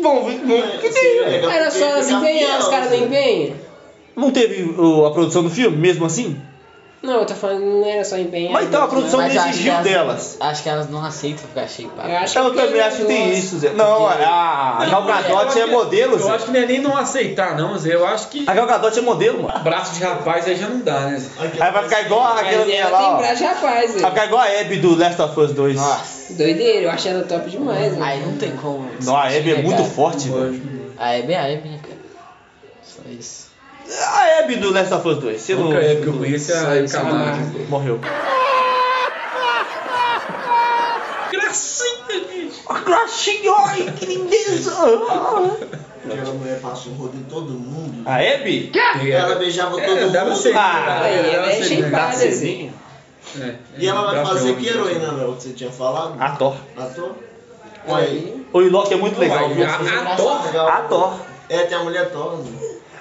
[SPEAKER 2] Vamos ver, não, que tem,
[SPEAKER 7] Seria
[SPEAKER 2] velho.
[SPEAKER 7] legal
[SPEAKER 3] Era
[SPEAKER 7] porque
[SPEAKER 3] só ela se
[SPEAKER 7] fica
[SPEAKER 3] empenhar,
[SPEAKER 7] fiel,
[SPEAKER 3] os caras não
[SPEAKER 7] Zé.
[SPEAKER 3] empenham.
[SPEAKER 2] Não teve o- a produção do filme, mesmo assim?
[SPEAKER 3] Não, eu tô falando, não era só empenho.
[SPEAKER 2] Mas então a produção não
[SPEAKER 8] Mas acho que
[SPEAKER 2] exigiu
[SPEAKER 8] elas-
[SPEAKER 2] delas.
[SPEAKER 8] Acho que elas não aceitam ficar shapeadas.
[SPEAKER 3] Eu acho
[SPEAKER 2] Então eu
[SPEAKER 3] que tem
[SPEAKER 2] também acho que tem
[SPEAKER 3] negócio.
[SPEAKER 2] isso, Zé. Não, a, a Gal Gadot é modelo,
[SPEAKER 5] Eu
[SPEAKER 2] Zé.
[SPEAKER 5] acho que não é nem não aceitar, não, Zé. Eu acho que
[SPEAKER 2] A Gal Gadot é modelo, mano.
[SPEAKER 5] braço de rapaz aí já não dá, né? Zé?
[SPEAKER 7] Aqui,
[SPEAKER 2] Aí vai ficar igual
[SPEAKER 3] Mas
[SPEAKER 2] aquela minha
[SPEAKER 3] ela tem
[SPEAKER 2] lá, ó. Vai
[SPEAKER 3] braço de rapaz, velho.
[SPEAKER 2] ficar igual a Abby do Last of Us 2.
[SPEAKER 8] Nossa.
[SPEAKER 3] Doideira, eu acho ela top demais, né? velho.
[SPEAKER 8] Aí não tem como.
[SPEAKER 2] Não, a Abby é muito
[SPEAKER 8] negar.
[SPEAKER 2] forte, velho.
[SPEAKER 8] A Hebe é a Hebe, né, cara? Só isso.
[SPEAKER 2] A Abby do Last of Us 2. Você
[SPEAKER 5] A
[SPEAKER 2] não...
[SPEAKER 5] única época que eu conheço é a Camargo.
[SPEAKER 3] né?
[SPEAKER 2] Morreu.
[SPEAKER 5] Gracinha, bicho!
[SPEAKER 2] A crachinha, ai, que lindeza!
[SPEAKER 7] Aquela assim, mulher passa o rodo em todo mundo.
[SPEAKER 2] A Abby?
[SPEAKER 7] Ela beijava todo
[SPEAKER 5] É, dava
[SPEAKER 7] mundo.
[SPEAKER 5] certo.
[SPEAKER 2] tá Ah,
[SPEAKER 5] É,
[SPEAKER 3] aí,
[SPEAKER 5] dava
[SPEAKER 3] é
[SPEAKER 5] certo,
[SPEAKER 3] shapeada.
[SPEAKER 5] né?
[SPEAKER 2] Cezinha?
[SPEAKER 5] É,
[SPEAKER 7] E ela vai
[SPEAKER 5] braço
[SPEAKER 7] fazer
[SPEAKER 5] de
[SPEAKER 7] que
[SPEAKER 5] homem.
[SPEAKER 2] né?
[SPEAKER 7] heroína, meu? Que você tinha falado?
[SPEAKER 2] A Thor.
[SPEAKER 7] Ator? Ué,
[SPEAKER 2] O Ilok é muito legal.
[SPEAKER 5] Uai,
[SPEAKER 2] viu?
[SPEAKER 5] a- né? a Thor.
[SPEAKER 7] legal.
[SPEAKER 2] A Thor.
[SPEAKER 7] É, tem a mulher Thor. né?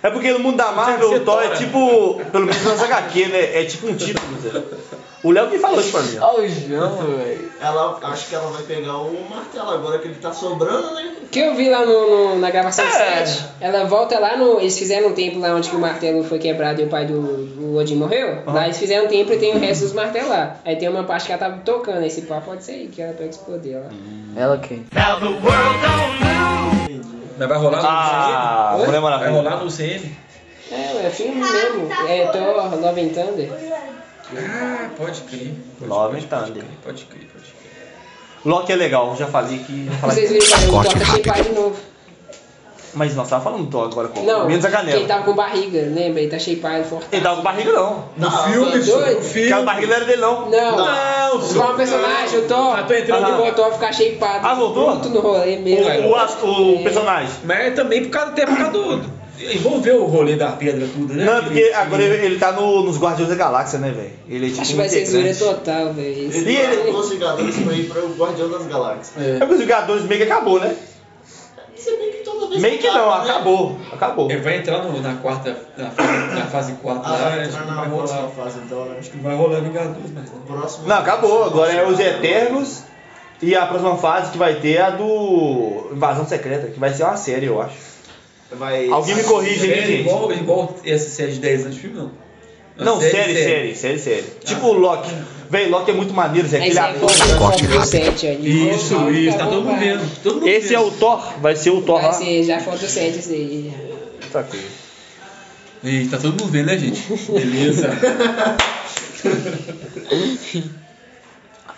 [SPEAKER 2] É porque no mundo da Marvel, o Thor é tipo. Pelo menos nas HQ, né? É tipo um título, Zé. O Léo que falou isso pra mim. ó.
[SPEAKER 8] Olha o João, velho.
[SPEAKER 7] Ela, acho que ela vai pegar o martelo agora que ele tá sobrando, né?
[SPEAKER 3] que eu vi lá no, no- na gravação do
[SPEAKER 2] É.
[SPEAKER 3] set, ela volta lá no. Eles fizeram um templo lá onde que o martelo foi quebrado e o pai do o Odin morreu. Lá eles fizeram um templo e tem o resto dos martelos lá. Aí tem uma parte que ela tava tocando, esse pá pode ser aí, que ela pega esse poder lá.
[SPEAKER 5] Hum.
[SPEAKER 8] Ela é quem?
[SPEAKER 5] Mas vai rolar no
[SPEAKER 2] Ah,
[SPEAKER 5] CM?
[SPEAKER 2] Mulher Maravilha.
[SPEAKER 5] Vai rolar no CM?
[SPEAKER 3] É, é filme mesmo. É Thor, Love and Thunder.
[SPEAKER 5] Ah, pode crer. Pode,
[SPEAKER 2] Love
[SPEAKER 5] pode,
[SPEAKER 2] and
[SPEAKER 5] pode
[SPEAKER 2] Thunder.
[SPEAKER 5] crer, Pode crer, pode crer.
[SPEAKER 2] Loki é legal, já falei que. Já falei
[SPEAKER 3] Vocês
[SPEAKER 2] que...
[SPEAKER 3] viram o Corta Shapear de novo.
[SPEAKER 2] Mas nós tava falando do Thor agora com
[SPEAKER 3] Não,
[SPEAKER 2] menos a
[SPEAKER 3] ele
[SPEAKER 2] canela.
[SPEAKER 3] tava com barriga, lembra? Ele tá shapeado, forte.
[SPEAKER 2] Ele tava com barriga, não.
[SPEAKER 5] No
[SPEAKER 7] Ah,
[SPEAKER 5] filme,
[SPEAKER 3] tá doido?
[SPEAKER 5] no filme.
[SPEAKER 2] Aquela barriga não era dele, não.
[SPEAKER 3] Não,
[SPEAKER 5] Não,
[SPEAKER 3] Só um personagem, o Thor.
[SPEAKER 5] Ah, tô entrando
[SPEAKER 3] ele
[SPEAKER 2] no-
[SPEAKER 3] voltou a ficar shapeado.
[SPEAKER 2] Ah, voltou?
[SPEAKER 3] Muito no rolê mesmo.
[SPEAKER 5] Ué,
[SPEAKER 2] O, as- o personagem.
[SPEAKER 5] Mas é também por causa, até por causa do. Envolveu o rolê da pedra, tudo, né?
[SPEAKER 2] Não, é porque agora ele, ele tá no- nos Guardiões da Galáxia, né, velho? Ele é tipo.
[SPEAKER 3] Acho que
[SPEAKER 2] um
[SPEAKER 3] vai ser zoeira
[SPEAKER 2] integrante.
[SPEAKER 3] total, né, velho. Esse-
[SPEAKER 2] E ele.
[SPEAKER 7] Os Vingadores pra ir pra o Guardião das Galáxias.
[SPEAKER 2] É porque os Vingadores meio que acabou, né?
[SPEAKER 7] Você meio que toda vez
[SPEAKER 2] Meio que não,
[SPEAKER 7] acaba, né?
[SPEAKER 2] acabou. Acabou.
[SPEAKER 5] Ele vai entrar no- na quarta. Na, fase- na fase 4
[SPEAKER 7] Ah,
[SPEAKER 5] lá,
[SPEAKER 7] vai
[SPEAKER 5] né?
[SPEAKER 7] entrar
[SPEAKER 5] acho que
[SPEAKER 7] na
[SPEAKER 5] vai
[SPEAKER 7] próxima
[SPEAKER 5] rolar.
[SPEAKER 7] fase então, né?
[SPEAKER 5] Acho que vai rolar Vingadores, mas.
[SPEAKER 7] O próximo.
[SPEAKER 2] Não, acabou. Agora é os Eternos. E a próxima fase que vai ter é a do Invasão Secreta, que vai ser uma série, eu acho.
[SPEAKER 7] Vai.
[SPEAKER 2] Alguém me corrige aí,
[SPEAKER 5] É
[SPEAKER 2] gente.
[SPEAKER 5] igual, igual essa série de 10 anos de filme, não. Uma
[SPEAKER 2] Não, série, série, série, série. Tipo o Loki. Véi, Loki é muito maneiro, Zé.
[SPEAKER 3] Aí
[SPEAKER 2] Aquele
[SPEAKER 3] você
[SPEAKER 2] ator.
[SPEAKER 3] volta
[SPEAKER 6] Corte
[SPEAKER 3] no set, ó, de novo,
[SPEAKER 5] Isso,
[SPEAKER 3] volta,
[SPEAKER 5] isso, tá
[SPEAKER 3] volta.
[SPEAKER 5] todo mundo vendo. Todo mundo
[SPEAKER 2] Esse é o Thor, vai ser o Thor
[SPEAKER 3] Vai
[SPEAKER 2] lá.
[SPEAKER 3] ser, já falta o set esse aí.
[SPEAKER 2] Tá aqui.
[SPEAKER 5] Ei, tá todo mundo vendo, né, gente? Beleza.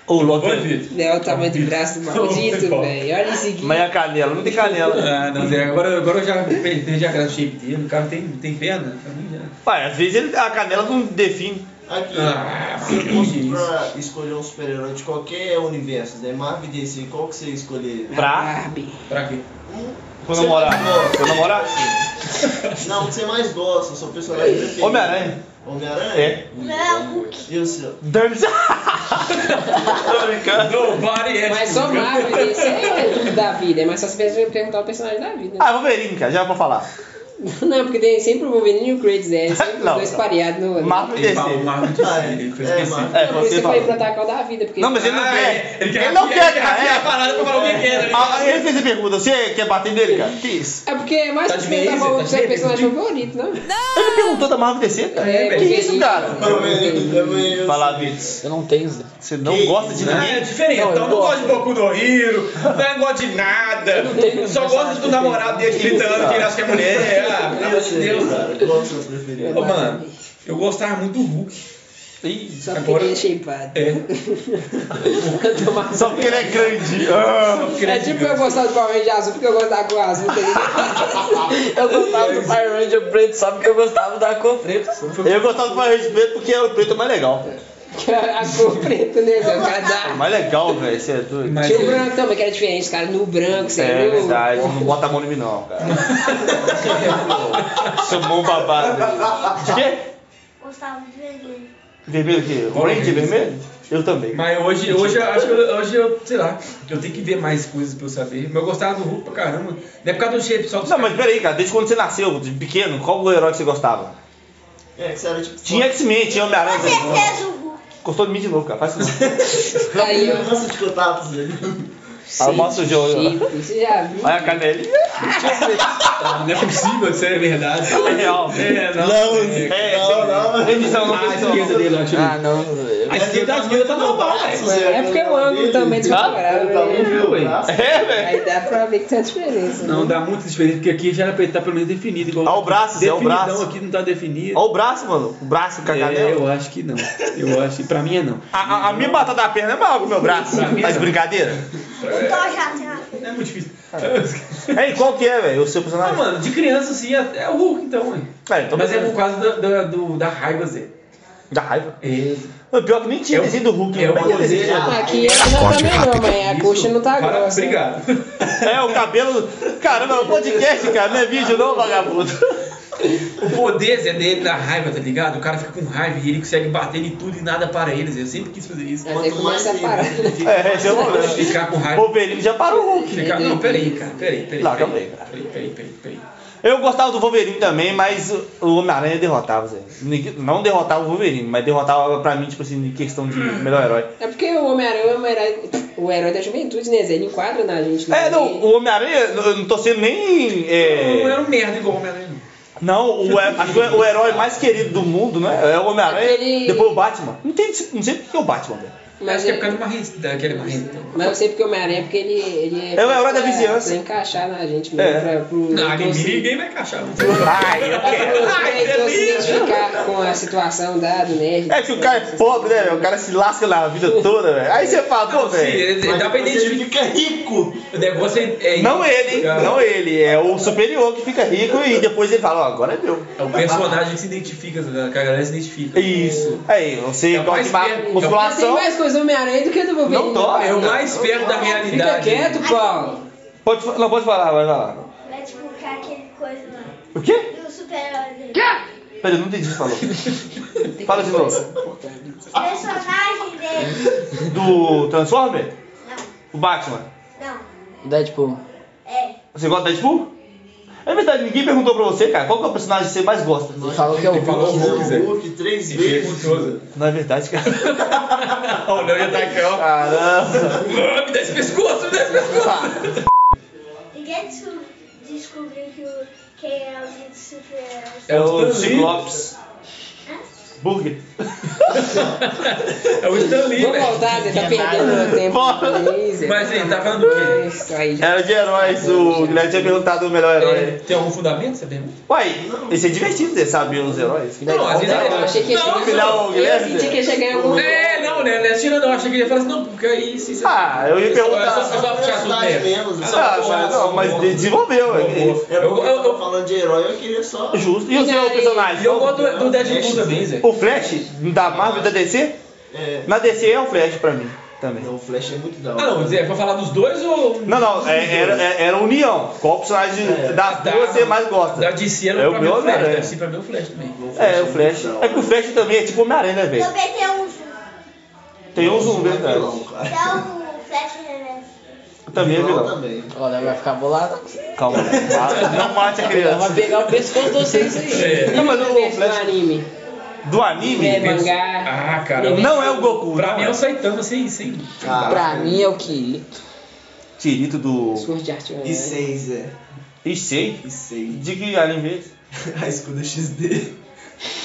[SPEAKER 2] O Loki.
[SPEAKER 5] Oi,
[SPEAKER 2] é-
[SPEAKER 5] Vitor.
[SPEAKER 3] Léo tava de braço maldito,
[SPEAKER 5] Não,
[SPEAKER 3] velho. Olha isso aqui.
[SPEAKER 2] Mas é a canela, não tem canela.
[SPEAKER 5] Ah, não, Zé, agora, agora eu já perdi já a shape dele. O cara tem, tem perna? Pra mim já.
[SPEAKER 2] Pai, às vezes ele- a canela não define.
[SPEAKER 7] Aqui.
[SPEAKER 5] Ah,
[SPEAKER 7] se fosse
[SPEAKER 5] isso.
[SPEAKER 7] pra escolher um super-herói de qualquer universo, né? Marvel e DC, qual que você escolheria?
[SPEAKER 2] Pra
[SPEAKER 3] Barbie.
[SPEAKER 5] Pra quê?
[SPEAKER 7] Um.
[SPEAKER 2] seu
[SPEAKER 7] Você
[SPEAKER 2] namorado.
[SPEAKER 7] mais gosta.
[SPEAKER 2] Seu namorado?
[SPEAKER 7] Não, o que você mais gosta, o seu personagem preferido.
[SPEAKER 2] Homem-Aranha.
[SPEAKER 7] Homem-Aranha?
[SPEAKER 2] É.
[SPEAKER 7] E o seu?
[SPEAKER 2] Dane Tô brincando.
[SPEAKER 5] Nobody é.
[SPEAKER 3] Mas só Marvel, esse é tudo da vida. É mais só você perguntar o personagem da vida.
[SPEAKER 2] Ah, Wolverine, cara, já vou falar.
[SPEAKER 3] Não, porque tem sempre o Wolverine e o Kratos, né? É Sempre os
[SPEAKER 2] Não,
[SPEAKER 3] dois
[SPEAKER 2] não.
[SPEAKER 3] pareados no olho.
[SPEAKER 2] Marvel
[SPEAKER 5] Ele fala
[SPEAKER 2] descer.
[SPEAKER 5] um Marvel de
[SPEAKER 7] Ah, é.
[SPEAKER 5] ele fez
[SPEAKER 7] É,
[SPEAKER 5] esquecer.
[SPEAKER 7] Marvel.
[SPEAKER 2] É,
[SPEAKER 3] Por isso
[SPEAKER 2] você
[SPEAKER 3] que eu falei pra
[SPEAKER 2] fala.
[SPEAKER 3] atacar o da vida, porque...
[SPEAKER 2] Não, mas ele não
[SPEAKER 5] Ah,
[SPEAKER 2] quer.
[SPEAKER 5] Ele quer
[SPEAKER 2] Ele não quer,
[SPEAKER 5] ele
[SPEAKER 2] cara,
[SPEAKER 5] quer
[SPEAKER 2] é.
[SPEAKER 5] a parada pra falar o que que era.
[SPEAKER 2] Ah, ele fez a pergunta, você quer bater nele, cara? Que isso?
[SPEAKER 3] É porque é mais
[SPEAKER 5] Tá
[SPEAKER 3] pra
[SPEAKER 5] de
[SPEAKER 3] perguntar
[SPEAKER 5] mesa,
[SPEAKER 3] qual
[SPEAKER 5] tá
[SPEAKER 3] o
[SPEAKER 5] de
[SPEAKER 3] seu
[SPEAKER 5] mesa,
[SPEAKER 3] personagem favorito, não?
[SPEAKER 2] Ele perguntou da Marvel DC, cara?
[SPEAKER 3] É,
[SPEAKER 2] que
[SPEAKER 3] porque-
[SPEAKER 2] isso, cara?
[SPEAKER 5] é
[SPEAKER 7] Homem-Aranha.
[SPEAKER 2] Falar, Vitor,
[SPEAKER 8] Eu não tenho, Zé.
[SPEAKER 2] você não
[SPEAKER 7] Que
[SPEAKER 2] gosta de
[SPEAKER 5] Não, é
[SPEAKER 2] ninguém?
[SPEAKER 5] diferente,
[SPEAKER 8] Não, eu
[SPEAKER 5] então não
[SPEAKER 8] gosto.
[SPEAKER 5] gosto de Boku no Hiro, não é gosto de nada,
[SPEAKER 8] tenho
[SPEAKER 5] só gosto do namorado dele gritando que ele acha que é mulher, ah, pelo amor de Deus.
[SPEAKER 7] Qual o seu preferido?
[SPEAKER 5] Ô, mano, eu gostava muito do Hulk.
[SPEAKER 2] Ih,
[SPEAKER 3] Só porque
[SPEAKER 5] Agora-
[SPEAKER 3] ele é shapeado.
[SPEAKER 5] É,
[SPEAKER 2] Só porque ele é grande. Ah.
[SPEAKER 5] porque ele
[SPEAKER 3] É tipo eu gostar do Power Ranger azul porque eu gosto da cor azul, tá ligado?
[SPEAKER 8] Eu gostava do Power Ranger preto só porque eu gostava da cor preta. só.
[SPEAKER 2] Eu gostava do Power Ranger preto porque o preto é mais legal.
[SPEAKER 3] Que é A cor preta, né? Zé? O cara
[SPEAKER 2] É
[SPEAKER 3] dá.
[SPEAKER 2] mais legal, velho, você é doido.
[SPEAKER 5] Mas-
[SPEAKER 3] Tinha o branco também, que era diferente, cara. No branco, você
[SPEAKER 2] É
[SPEAKER 3] viu?
[SPEAKER 2] verdade, não bota a mão em mim não, cara. Seu mão babado. De quê?
[SPEAKER 1] Gustavo Vermelho.
[SPEAKER 2] Vermelho o quê? Orange é vermelho? Eu também.
[SPEAKER 5] Mas hoje, hoje eu acho que eu, hoje eu, sei lá, eu tenho que ver mais coisas pra eu saber. Mas eu gostava do Hulk pra caramba. Não é por causa do shape, só do
[SPEAKER 2] Não, mas peraí, cara, desde quando você nasceu, de pequeno, qual o herói que você gostava?
[SPEAKER 7] É, que você era tipo.
[SPEAKER 2] Tinha X-Men, tinha Homem-Aranha.
[SPEAKER 1] Certeza, Hugo.
[SPEAKER 2] Gostou de mim de novo, cara, faz isso.
[SPEAKER 3] Aí, ó.
[SPEAKER 7] Criança de contatos, né? velho.
[SPEAKER 2] Aí mostra o jogo.
[SPEAKER 3] Chip, Você já viu?
[SPEAKER 2] Olha a canelinha.
[SPEAKER 5] Não é possível, isso é verdade.
[SPEAKER 2] É real.
[SPEAKER 5] É, não. é.
[SPEAKER 2] É, não, não. Edição, não
[SPEAKER 5] A
[SPEAKER 2] edição.
[SPEAKER 5] esquerda dele, eu acho.
[SPEAKER 8] Ah, não, velho.
[SPEAKER 7] É
[SPEAKER 5] A esquerda da esquerda tá normal, velho.
[SPEAKER 3] É porque o ângulo também é desfavorável, né?
[SPEAKER 2] É, velho.
[SPEAKER 3] Aí dá pra ver que tem a diferença. né?
[SPEAKER 5] Não, dá muita diferença, porque aqui já era pra ele estar pelo menos definido. Igual
[SPEAKER 2] Olha o braço, é o
[SPEAKER 5] Definidão
[SPEAKER 2] braço.
[SPEAKER 5] aqui não tá definido.
[SPEAKER 2] Olha o braço, mano. O braço com a canela.
[SPEAKER 5] É, eu acho que não. Eu acho que pra mim é não.
[SPEAKER 2] A, a- a minha batata da perna é maior que o meu braço.
[SPEAKER 5] Pra mim,
[SPEAKER 2] Tá de
[SPEAKER 5] não.
[SPEAKER 2] brincadeira?
[SPEAKER 5] É muito difícil.
[SPEAKER 2] Ei, qual que é, velho? O seu
[SPEAKER 5] Ah,
[SPEAKER 2] personagem?
[SPEAKER 5] mano, de criança assim é, é o Hulk então, hein?
[SPEAKER 2] É, então-
[SPEAKER 5] Mas é por causa da, da, do- da raiva Z.
[SPEAKER 2] Da raiva.
[SPEAKER 5] É.
[SPEAKER 2] Mano, pior que nem tinha
[SPEAKER 5] É o-
[SPEAKER 2] desenho do Hulk. né?
[SPEAKER 5] é
[SPEAKER 2] Como
[SPEAKER 5] o
[SPEAKER 2] que
[SPEAKER 5] poder-
[SPEAKER 2] desenho?
[SPEAKER 3] Aqui essa não tá melhor, não, mãe. A coxa não tá
[SPEAKER 5] Para-
[SPEAKER 3] grossa.
[SPEAKER 5] Obrigado.
[SPEAKER 2] É, o cabelo. Caramba, é um podcast, cara. Não é vídeo, não, vagabundo.
[SPEAKER 5] O poder Zé, dele da raiva, tá ligado? O cara fica com raiva e ele consegue bater em tudo e nada para ele. Zé. Eu sempre quis fazer isso.
[SPEAKER 3] Mas aí começa a parar.
[SPEAKER 2] É, esse é o problema.
[SPEAKER 5] Ficar com raiva.
[SPEAKER 2] O Wolverine já parou
[SPEAKER 3] é
[SPEAKER 2] o Hulk.
[SPEAKER 5] Ficar... Não, peraí, cara. Peraí, peraí.
[SPEAKER 2] Não, calma aí,
[SPEAKER 5] peraí,
[SPEAKER 2] cara.
[SPEAKER 5] peraí, peraí, peraí, peraí.
[SPEAKER 2] Eu gostava do Wolverine também, mas o Homem-Aranha derrotava, Zé. Ninguém- Não derrotava o Wolverine, mas derrotava pra mim, tipo assim, em questão de melhor herói.
[SPEAKER 3] É porque o Homem-Aranha é um herói- o herói da juventude, né? Zé? Ele enquadra na gente. né?
[SPEAKER 2] É, não, o Homem-Aranha, eu não tô sendo nem.
[SPEAKER 5] Não era
[SPEAKER 2] É...
[SPEAKER 5] um merda igual o Homem-Aranha, não.
[SPEAKER 2] Não, o, he- acho que é o herói mais querido do mundo, né? É o Homem-Aranha,
[SPEAKER 3] Aquele-
[SPEAKER 2] depois o Batman. Não, tem, não sei porque é o Batman, velho.
[SPEAKER 3] Mas,
[SPEAKER 5] Acho que é
[SPEAKER 3] ele,
[SPEAKER 5] por causa do Marrento, daquele Marrento. então.
[SPEAKER 3] mas eu sei porque o Homem-Aranha é porque ele, ele
[SPEAKER 2] É o herói da
[SPEAKER 3] pra-
[SPEAKER 2] vizinhança.
[SPEAKER 3] Pra encaixar na gente
[SPEAKER 2] É.
[SPEAKER 3] mesmo. Pra, pro,
[SPEAKER 5] Não,
[SPEAKER 3] pro-
[SPEAKER 5] ninguém, ninguém vai encaixar. Não
[SPEAKER 2] Ai, eu quero.
[SPEAKER 3] Pra então se identificar com a situação da do nerd.
[SPEAKER 2] É que o cara é pobre, né, velho? O cara se lasca na vida toda, velho. Aí você fala, pô,
[SPEAKER 5] Não, sim,
[SPEAKER 2] velho.
[SPEAKER 5] ele- dá pra
[SPEAKER 7] fica
[SPEAKER 5] identificar.
[SPEAKER 7] rico.
[SPEAKER 5] O negócio é. é-
[SPEAKER 2] Não ele, hein?
[SPEAKER 5] é-
[SPEAKER 2] Não ele. É o superior que fica rico e depois ele fala, ó, agora é meu.
[SPEAKER 5] É o personagem que se identifica, tá ligado? que a galera se identifica.
[SPEAKER 2] Isso. Aí, você
[SPEAKER 5] É o
[SPEAKER 2] gosta de
[SPEAKER 5] mais
[SPEAKER 2] ma-
[SPEAKER 5] perto.
[SPEAKER 3] Mas tem
[SPEAKER 2] musculação.
[SPEAKER 3] É mais coisa do Homem-Aranha do que do Wolverine.
[SPEAKER 2] Não
[SPEAKER 3] né,
[SPEAKER 2] tô,
[SPEAKER 5] É o
[SPEAKER 2] Não,
[SPEAKER 5] mais perto da
[SPEAKER 3] Fica
[SPEAKER 5] realidade.
[SPEAKER 3] quieto, Paulo.
[SPEAKER 2] Pode, fa- não, pode falar, vai lá.
[SPEAKER 9] Vai divulgar aquele coisa lá.
[SPEAKER 2] O quê?
[SPEAKER 9] Do super-herói.
[SPEAKER 2] Peraí, eu não entendi o que falou. Fala de novo.
[SPEAKER 9] Personagem dele.
[SPEAKER 2] Do Transformer? O Batman.
[SPEAKER 9] Não,
[SPEAKER 8] Deadpool.
[SPEAKER 9] é.
[SPEAKER 2] Você gosta da Deadpool? É verdade, ninguém perguntou pra você, cara, qual que é o personagem que você mais gosta?
[SPEAKER 8] Ele falou que é o
[SPEAKER 5] Ele falou o um Hulk, Zé.
[SPEAKER 7] O Hulk três
[SPEAKER 5] Esse filho é
[SPEAKER 7] vezes.
[SPEAKER 5] gostoso.
[SPEAKER 2] Não é verdade, cara.
[SPEAKER 5] Olha, eu ia
[SPEAKER 2] tá
[SPEAKER 5] dar aquela.
[SPEAKER 2] Caramba.
[SPEAKER 5] Ah, Me dá esse pescoço, me dá esse pescoço.
[SPEAKER 9] Ninguém desco- descobriu que o quem é o de super-herói.
[SPEAKER 2] É o
[SPEAKER 5] Stan Lee.
[SPEAKER 2] Ciclopes. Burger.
[SPEAKER 5] É o Stan Lee,
[SPEAKER 3] Vamos
[SPEAKER 5] velho.
[SPEAKER 3] voltar, Zé. Tá perdendo o tempo.
[SPEAKER 2] Bora.
[SPEAKER 3] Aí, Zé.
[SPEAKER 5] Mas aí, tá falando do quê?
[SPEAKER 3] É, Isso aí. já-
[SPEAKER 2] Era É de heróis, o Guilherme tinha perguntado o melhor
[SPEAKER 5] É,
[SPEAKER 2] herói.
[SPEAKER 5] Tem algum fundamento essa pergunta?
[SPEAKER 2] Uai, esse é divertido, você sabe os heróis.
[SPEAKER 5] Não, às vezes é
[SPEAKER 3] É, Eu achei que ia
[SPEAKER 5] Não,
[SPEAKER 3] chegar.
[SPEAKER 2] afinal, o
[SPEAKER 3] eu
[SPEAKER 2] Guilherme-
[SPEAKER 3] senti que ia chegar em algum
[SPEAKER 5] É, não, né? Não é tira, não. Eu Achei que ele ia falar assim, não, porque aí sim. você-
[SPEAKER 2] Ah, eu ia perguntar-
[SPEAKER 5] É só- é só puxar tudo
[SPEAKER 7] Curiosidade
[SPEAKER 5] dentro.
[SPEAKER 7] mesmo, Zé.
[SPEAKER 2] Ah, mas, não, mas desenvolveu. é- é
[SPEAKER 7] É
[SPEAKER 5] Eu-
[SPEAKER 7] porque
[SPEAKER 5] eu-
[SPEAKER 7] eu
[SPEAKER 5] eu-
[SPEAKER 7] tô falando de herói, eu queria só.
[SPEAKER 2] Justo. E o seu
[SPEAKER 5] E
[SPEAKER 2] personagem?
[SPEAKER 5] eu gosto do- do Deadpool também, Zé.
[SPEAKER 2] Então, O Flash, da Marvel e da DC?
[SPEAKER 7] É.
[SPEAKER 2] Na DC é o Flash pra mim, também.
[SPEAKER 7] Não, o Flash é muito da
[SPEAKER 5] Ah,
[SPEAKER 7] hora.
[SPEAKER 5] não, Zé, é pra falar dos dois ou.
[SPEAKER 2] Não, não, é- era, é- era união. Qual personagem das
[SPEAKER 5] Tá.
[SPEAKER 2] duas você mais gosta?
[SPEAKER 5] Da DC era
[SPEAKER 2] É o
[SPEAKER 5] pra
[SPEAKER 2] meu
[SPEAKER 5] meu Flash,
[SPEAKER 2] Homem-Aranha.
[SPEAKER 5] deve ser pra meu Flash também.
[SPEAKER 2] É, o Flash. É que o Flash também é tipo Homem-Aranha, né, velho?
[SPEAKER 9] Também tem um zoom.
[SPEAKER 2] Tem um zoom,
[SPEAKER 7] é
[SPEAKER 2] verdade.
[SPEAKER 7] vilão, cara. um
[SPEAKER 9] Então, o Flash Reverso.
[SPEAKER 2] Também é
[SPEAKER 7] Vilão
[SPEAKER 2] vilão.
[SPEAKER 7] também.
[SPEAKER 8] Olha, vai ficar bolado.
[SPEAKER 2] Calma, não mate a
[SPEAKER 8] Vai
[SPEAKER 2] criança.
[SPEAKER 8] pegar o pescoço de vocês aí.
[SPEAKER 5] É.
[SPEAKER 2] Não, mas o
[SPEAKER 3] universo do
[SPEAKER 2] Flash
[SPEAKER 3] anime.
[SPEAKER 2] do anime
[SPEAKER 3] É mangá.
[SPEAKER 5] Ah, cara.
[SPEAKER 2] não é o Goku.
[SPEAKER 5] Pra
[SPEAKER 2] não
[SPEAKER 5] mim é o Saitama sem. sem...
[SPEAKER 8] Pra
[SPEAKER 7] Caraca.
[SPEAKER 8] mim é o que
[SPEAKER 2] Tirito do.
[SPEAKER 3] Surge de arte.
[SPEAKER 7] E seis, Zé.
[SPEAKER 2] E sei.
[SPEAKER 7] E seis.
[SPEAKER 2] De que anime é esse?
[SPEAKER 7] A escuda XD.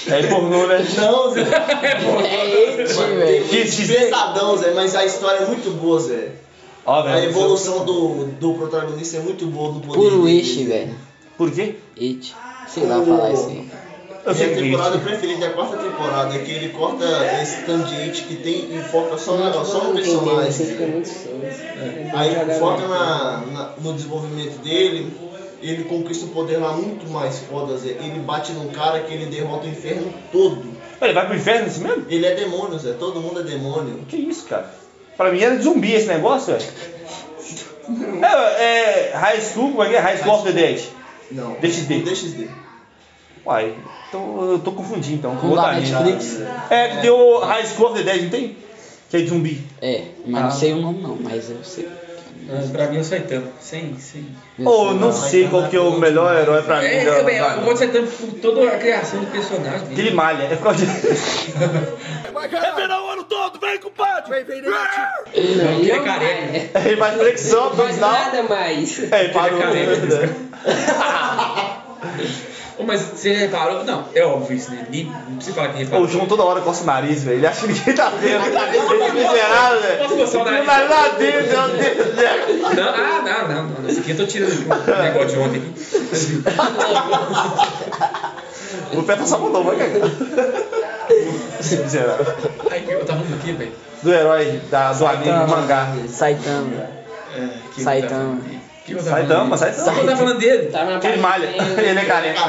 [SPEAKER 2] É pornô, né?
[SPEAKER 7] Não, Zé.
[SPEAKER 8] É esse,
[SPEAKER 7] Tem
[SPEAKER 8] velho.
[SPEAKER 7] muito pesadão, Zé, mas a história é muito boa, Zé.
[SPEAKER 2] Ó,
[SPEAKER 7] A
[SPEAKER 2] Ah, velho.
[SPEAKER 7] evolução do, do protagonista é muito boa do poder.
[SPEAKER 8] Puro
[SPEAKER 7] dele,
[SPEAKER 8] este,
[SPEAKER 7] Zé.
[SPEAKER 8] velho.
[SPEAKER 2] Por quê?
[SPEAKER 8] It. Sei lá falar isso aí.
[SPEAKER 2] Eu
[SPEAKER 7] Minha
[SPEAKER 2] sei que
[SPEAKER 7] temporada
[SPEAKER 2] isso.
[SPEAKER 7] preferida é a quarta temporada, que ele corta esse tanto de gente que tem e foca só, na, só no
[SPEAKER 3] Você fica
[SPEAKER 7] personagem.
[SPEAKER 3] muito né? solto.
[SPEAKER 7] É. Aí
[SPEAKER 8] né,
[SPEAKER 7] foca na, na- no desenvolvimento dele, ele conquista um poder lá muito mais foda, Zé. Ele bate num cara que ele derrota o inferno todo.
[SPEAKER 2] Ele vai pro inferno isso mesmo?
[SPEAKER 7] Ele é demônio, Zé. Todo mundo é demônio.
[SPEAKER 2] Que isso, cara? Pra mim era de zumbi esse negócio, velho. É, é. High School, como é que é? High School of the Dead.
[SPEAKER 7] Não.
[SPEAKER 2] DXD.
[SPEAKER 7] DXD.
[SPEAKER 2] Uai, então eu tô confundindo então. com
[SPEAKER 8] Vamos
[SPEAKER 2] outro
[SPEAKER 8] lá,
[SPEAKER 2] anime.
[SPEAKER 8] Netflix.
[SPEAKER 2] É, que tem o High School of the Dead, não tem? Que é de zumbi.
[SPEAKER 8] É, mas não sei o nome não, mas eu sei.
[SPEAKER 5] Ah, Pra mim é o Saitama. Sem, sem.
[SPEAKER 2] Ou não sei qual que é o melhor herói pra mim.
[SPEAKER 5] É,
[SPEAKER 2] da-
[SPEAKER 5] também,
[SPEAKER 2] da-
[SPEAKER 5] eu gosto do Saitama por toda a criação do personagem. né?
[SPEAKER 2] Que ele malha, é por causa disso. É verão o ano todo, vem, compadre! É,
[SPEAKER 3] Não,
[SPEAKER 5] Ele é
[SPEAKER 3] não
[SPEAKER 5] careca.
[SPEAKER 3] mais.
[SPEAKER 2] Ele faz flexão,
[SPEAKER 3] Não faz
[SPEAKER 2] abdominal.
[SPEAKER 3] nada mais.
[SPEAKER 2] É, ele parou.
[SPEAKER 5] Ele é careca.
[SPEAKER 2] né?
[SPEAKER 5] Ô, Mas você reparou? Não, é óbvio isso, né? Nem- Não precisa falar que reparou.
[SPEAKER 2] O João toda hora coça o nariz, velho. Ele acha que ninguém tá vendo. Ele é miserável, velho.
[SPEAKER 5] Posso coçar o nariz?
[SPEAKER 2] Mas lá dentro, meu Deus do céu.
[SPEAKER 5] Não, ah, não, não, não. não. Esse aqui eu tô tirando aqui um negócio de ontem.
[SPEAKER 2] O pé tá sabonão, vai cagar. Esse miserável.
[SPEAKER 5] Aí eu tava falando aqui, velho.
[SPEAKER 2] Do herói, da, do anime, do mangá.
[SPEAKER 8] Saitama.
[SPEAKER 5] É, que eu
[SPEAKER 8] Saitama.
[SPEAKER 5] tava falando dele. Que eu tava
[SPEAKER 2] Sai
[SPEAKER 5] falando
[SPEAKER 2] dama,
[SPEAKER 5] dele?
[SPEAKER 2] sai
[SPEAKER 5] Eu
[SPEAKER 2] dama.
[SPEAKER 5] tava falando dele.
[SPEAKER 3] Tava Tá na né?
[SPEAKER 2] Que ele
[SPEAKER 3] parte
[SPEAKER 2] malha,
[SPEAKER 3] dele.
[SPEAKER 2] ele é careca.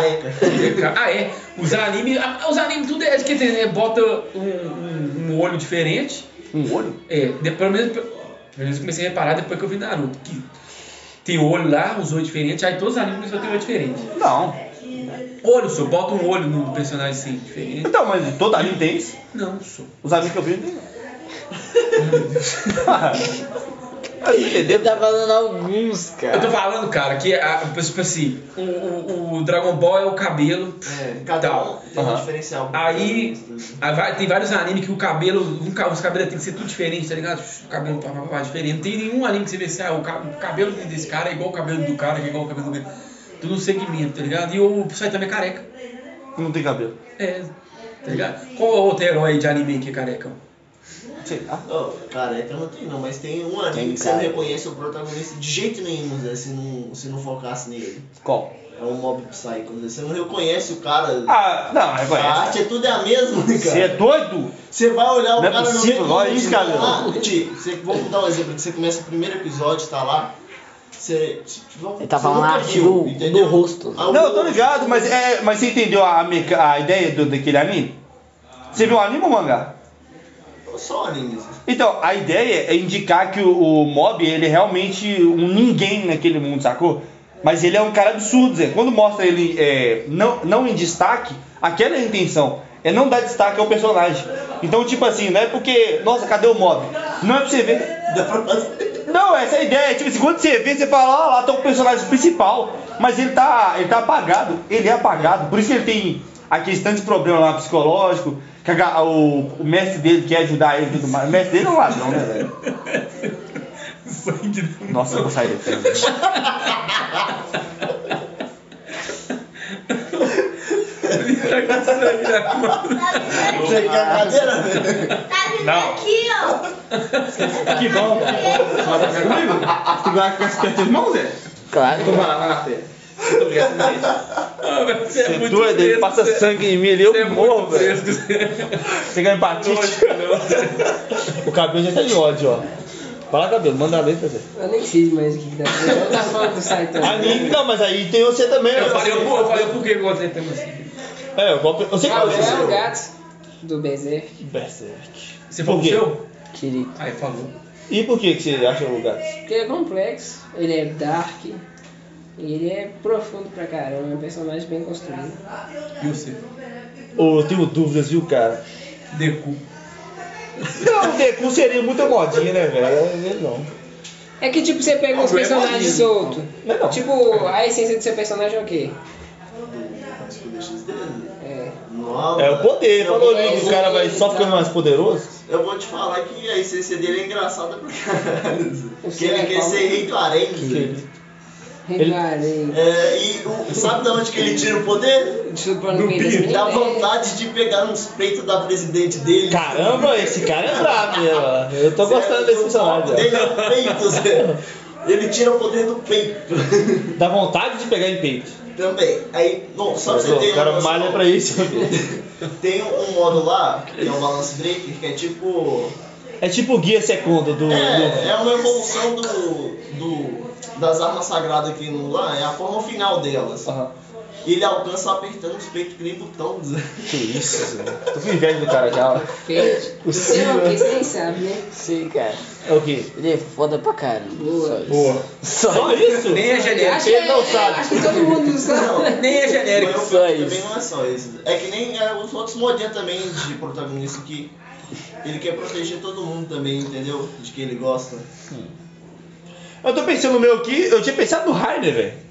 [SPEAKER 7] Careca.
[SPEAKER 5] Ah, é. Os animes, ah, os animes tudo é que tem, né? Bota um, um, um olho diferente.
[SPEAKER 2] Um olho?
[SPEAKER 5] É, de, pelo menos, pelo menos eu comecei a reparar depois que eu vi Naruto. Que tem olho lá, os olhos diferentes, aí todos os animes começam a ter olho diferente.
[SPEAKER 2] Não.
[SPEAKER 5] Olho, só bota um olho no personagem assim, diferente.
[SPEAKER 2] Então, mas todo anime tem isso.
[SPEAKER 5] Não, só.
[SPEAKER 2] Os amigos que eu vi não tem não. Mas entendeu?
[SPEAKER 8] Ele tá falando alguns,
[SPEAKER 5] Eu tô
[SPEAKER 8] cara.
[SPEAKER 5] falando, cara, que a, tipo assim, o, o, o Dragon Ball é o cabelo.
[SPEAKER 7] É, cada
[SPEAKER 5] Tal.
[SPEAKER 7] um tem um
[SPEAKER 2] Então, Aham.
[SPEAKER 7] diferencial.
[SPEAKER 5] Aí, aí vai- tem vários animes que o cabelo, um, ca- os cabelos tem que ser tudo diferente, tá ligado? O cabelo pá, pá, pá, diferente. Não tem nenhum anime que você vê assim, ah, o, ca- o cabelo desse cara é igual o cabelo do cara, que é igual o cabelo do cara. Tudo um segmento, tá ligado? E o Saitama é careca.
[SPEAKER 2] Não tem cabelo.
[SPEAKER 5] É, tá ligado? Qual é o outro herói de anime que é careca?
[SPEAKER 2] Sei lá.
[SPEAKER 7] Ô, careca é não tem não, mas tem um anime
[SPEAKER 4] Tem
[SPEAKER 7] que você não
[SPEAKER 4] cara.
[SPEAKER 7] reconhece o protagonista de jeito nenhum, Zé, se não, se não focasse nele.
[SPEAKER 2] Qual?
[SPEAKER 7] É o Mob Psycho, Zé. Você não reconhece o cara.
[SPEAKER 2] Ah, não,
[SPEAKER 7] a
[SPEAKER 2] reconhece.
[SPEAKER 7] arte é tudo é a mesma, né,
[SPEAKER 2] Você é
[SPEAKER 7] cara.
[SPEAKER 2] doido?
[SPEAKER 7] Você vai olhar o
[SPEAKER 2] Não é
[SPEAKER 7] cara
[SPEAKER 2] possível,
[SPEAKER 7] no
[SPEAKER 2] olha isso, cara.
[SPEAKER 7] Ah, tipo, você, vamos dar um exemplo aqui. Você começa o primeiro episódio, tá lá. Você.
[SPEAKER 8] Ele tá falando a arte do- do rosto.
[SPEAKER 7] Ah, o-
[SPEAKER 2] Não, eu tô ligado, mas, é, mas você entendeu a, meca- a ideia do, daquele anime? Você viu o anime ou o mangá?
[SPEAKER 7] Só anime. Zé.
[SPEAKER 2] Então, a ideia é indicar que o, o Mob, ele é realmente um ninguém naquele mundo, sacou? Mas ele é um cara absurdo, Zé. Quando mostra ele é, não, não em destaque, aquela é a intenção. É não dar destaque ao personagem. Então, tipo assim, não é porque, nossa, cadê o Mob? Não é pra você ver.
[SPEAKER 7] Dá pra fazer.
[SPEAKER 2] Não, essa é a ideia. Tipo assim, quando você vê, você fala, ó, lá tá o personagem principal. Mas ele tá, ele tá apagado. Ele é apagado. Por isso que ele tem aqueles tantos problemas lá psicológico. Que a ga- o, o mestre dele quer ajudar ele e tudo mais. O mestre dele é um ladrão, né, velho? Nossa, eu vou sair do tempo.
[SPEAKER 9] Tá vindo
[SPEAKER 7] Você quer a cadeira, velho?
[SPEAKER 9] aqui, tá vindo
[SPEAKER 2] Não.
[SPEAKER 9] aqui, ó.
[SPEAKER 2] Que bom. Você vai ficar comigo? Tu vai ficar esperto de irmão, Zé?
[SPEAKER 8] Claro.
[SPEAKER 5] Muito obrigado, gente. Ah, mas você é muito
[SPEAKER 2] doido, ele
[SPEAKER 5] fresco,
[SPEAKER 2] passa
[SPEAKER 5] você-
[SPEAKER 2] sangue em mim ali,
[SPEAKER 5] você é
[SPEAKER 2] eu morro,
[SPEAKER 5] muito
[SPEAKER 2] velho.
[SPEAKER 5] fresco, você
[SPEAKER 2] Você ganha hepatite. O cabelo já tá de ódio, ó. Fala, cabelo, manda bem pra você.
[SPEAKER 3] Eu nem sei mais o que que dá. Eu tava falando do Saitama.
[SPEAKER 2] Anime, Ah, não, mas aí tem você também. né?
[SPEAKER 5] Eu falei, eu, eu falei por que eu gosto de tema assim.
[SPEAKER 2] É, eu gosto. Você
[SPEAKER 3] Ah, o
[SPEAKER 2] gosta
[SPEAKER 3] Zé é o
[SPEAKER 2] de
[SPEAKER 3] gato do Berserk.
[SPEAKER 2] Berserk.
[SPEAKER 5] Você falou
[SPEAKER 2] Por
[SPEAKER 5] o
[SPEAKER 2] quê?
[SPEAKER 5] seu?
[SPEAKER 8] Kirito.
[SPEAKER 5] Aí falou.
[SPEAKER 2] E por que que você acha o gato?
[SPEAKER 3] Porque ele é complexo, ele é dark, e ele é profundo pra caramba. É um personagem bem construído.
[SPEAKER 5] E você?
[SPEAKER 2] Ô, eu tenho dúvidas, viu, cara?
[SPEAKER 5] Deku.
[SPEAKER 2] Não, o Deku seria muita modinha, né, velho? Não.
[SPEAKER 3] É que tipo, você pega
[SPEAKER 5] Ah,
[SPEAKER 3] uns
[SPEAKER 5] o Ray é
[SPEAKER 3] personagens
[SPEAKER 5] bonito.
[SPEAKER 3] soltos.
[SPEAKER 2] Não é não.
[SPEAKER 3] Tipo, a essência do seu personagem é o quê? É.
[SPEAKER 7] Não,
[SPEAKER 2] É o poder,
[SPEAKER 7] eu
[SPEAKER 2] falou
[SPEAKER 7] vou-
[SPEAKER 2] ali que o cara vai só ficando mais poderoso.
[SPEAKER 7] Eu vou te falar que a essência dele é engraçada pra caralho. Zé.
[SPEAKER 3] O
[SPEAKER 7] Que ele
[SPEAKER 3] Zé,
[SPEAKER 7] quer
[SPEAKER 3] qual?
[SPEAKER 7] ser rei do harém, Zé.
[SPEAKER 2] Ele-
[SPEAKER 3] Regarei.
[SPEAKER 7] É, e o- sabe de onde que ele tira o poder?
[SPEAKER 3] Chupando assim, né? o peito das
[SPEAKER 7] Dá
[SPEAKER 3] meninas.
[SPEAKER 7] vontade de pegar nos peitos da presidente dele.
[SPEAKER 2] Caramba, esse cara é brabo, né, mano? Eu tô
[SPEAKER 7] é
[SPEAKER 2] gostando desse personagem.
[SPEAKER 7] O
[SPEAKER 2] ó.
[SPEAKER 7] dele é o peito, Zé. Ele tira o poder do peito.
[SPEAKER 2] Dá vontade de pegar em peito.
[SPEAKER 7] Também. Aí, não, só pra
[SPEAKER 2] Mas,
[SPEAKER 7] você
[SPEAKER 2] ô,
[SPEAKER 7] ter
[SPEAKER 2] o cara
[SPEAKER 7] uma
[SPEAKER 2] malha
[SPEAKER 7] noção.
[SPEAKER 2] pra isso. velho.
[SPEAKER 7] Tem um modo lá, que é o Balance Breaker, que é tipo.
[SPEAKER 2] É tipo o guia segundo do.
[SPEAKER 7] É,
[SPEAKER 2] do-
[SPEAKER 7] é uma evolução do, do- das armas sagradas aqui no lá, é a forma final delas.
[SPEAKER 2] Aham.
[SPEAKER 7] E ele alcança apertando os peitos que nem botão. Zé.
[SPEAKER 2] Que isso, velho. Tô com inveja do cara já, ó.
[SPEAKER 3] Peito.
[SPEAKER 2] O
[SPEAKER 3] Você é o
[SPEAKER 2] Silva.
[SPEAKER 3] que? Você nem sabe, né?
[SPEAKER 8] Sim, cara.
[SPEAKER 2] É o quê?
[SPEAKER 8] Ele é foda pra caramba.
[SPEAKER 3] Boa.
[SPEAKER 8] Só isso.
[SPEAKER 5] Boa.
[SPEAKER 2] Só isso?
[SPEAKER 5] Nem é genérico.
[SPEAKER 3] Acho que,
[SPEAKER 2] Ele não
[SPEAKER 3] é-
[SPEAKER 2] sabe.
[SPEAKER 3] acho que todo mundo sabe.
[SPEAKER 5] Nem é genérico.
[SPEAKER 7] Mas o
[SPEAKER 8] só
[SPEAKER 7] Felipe
[SPEAKER 8] isso.
[SPEAKER 7] também não é só isso. É que nem é, os outros modelos também de protagonista que ele quer proteger todo mundo também, entendeu? De que ele gosta.
[SPEAKER 2] Eu tô pensando no meu aqui, eu tinha pensado no Rainer, velho.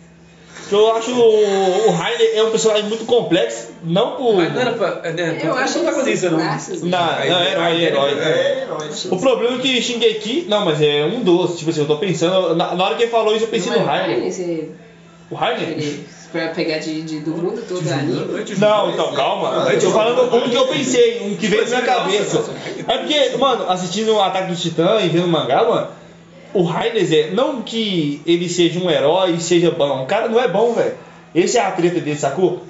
[SPEAKER 2] Que eu acho o, o Rainer é um personagem muito complexo, não por.
[SPEAKER 5] Mas não era pra. Né,
[SPEAKER 3] Eu acho né?
[SPEAKER 5] que não tá fazendo isso, não.
[SPEAKER 3] classes,
[SPEAKER 2] Não, não, herói,
[SPEAKER 5] um
[SPEAKER 2] herói.
[SPEAKER 7] É, nós.
[SPEAKER 2] O problema é que Shingeki. Não, mas é um dos. Tipo assim, eu tô pensando. Na, na hora que ele falou isso, eu pensei
[SPEAKER 3] Não
[SPEAKER 2] no
[SPEAKER 3] é
[SPEAKER 2] Rainer.
[SPEAKER 3] Ryan, esse-
[SPEAKER 2] O Rainer?
[SPEAKER 3] ele- Pra pegar de, de- do mundo todo da anime.
[SPEAKER 2] Não, então, calma. Eu tô falando um que eu pensei, um que veio na minha cabeça. É porque, mano, assistindo o Ataque do Titã e vendo mangá, mano, o Rainer, Zé, não que ele seja um herói e seja bom. O cara não é bom, velho. Essa é a treta dele, sacou?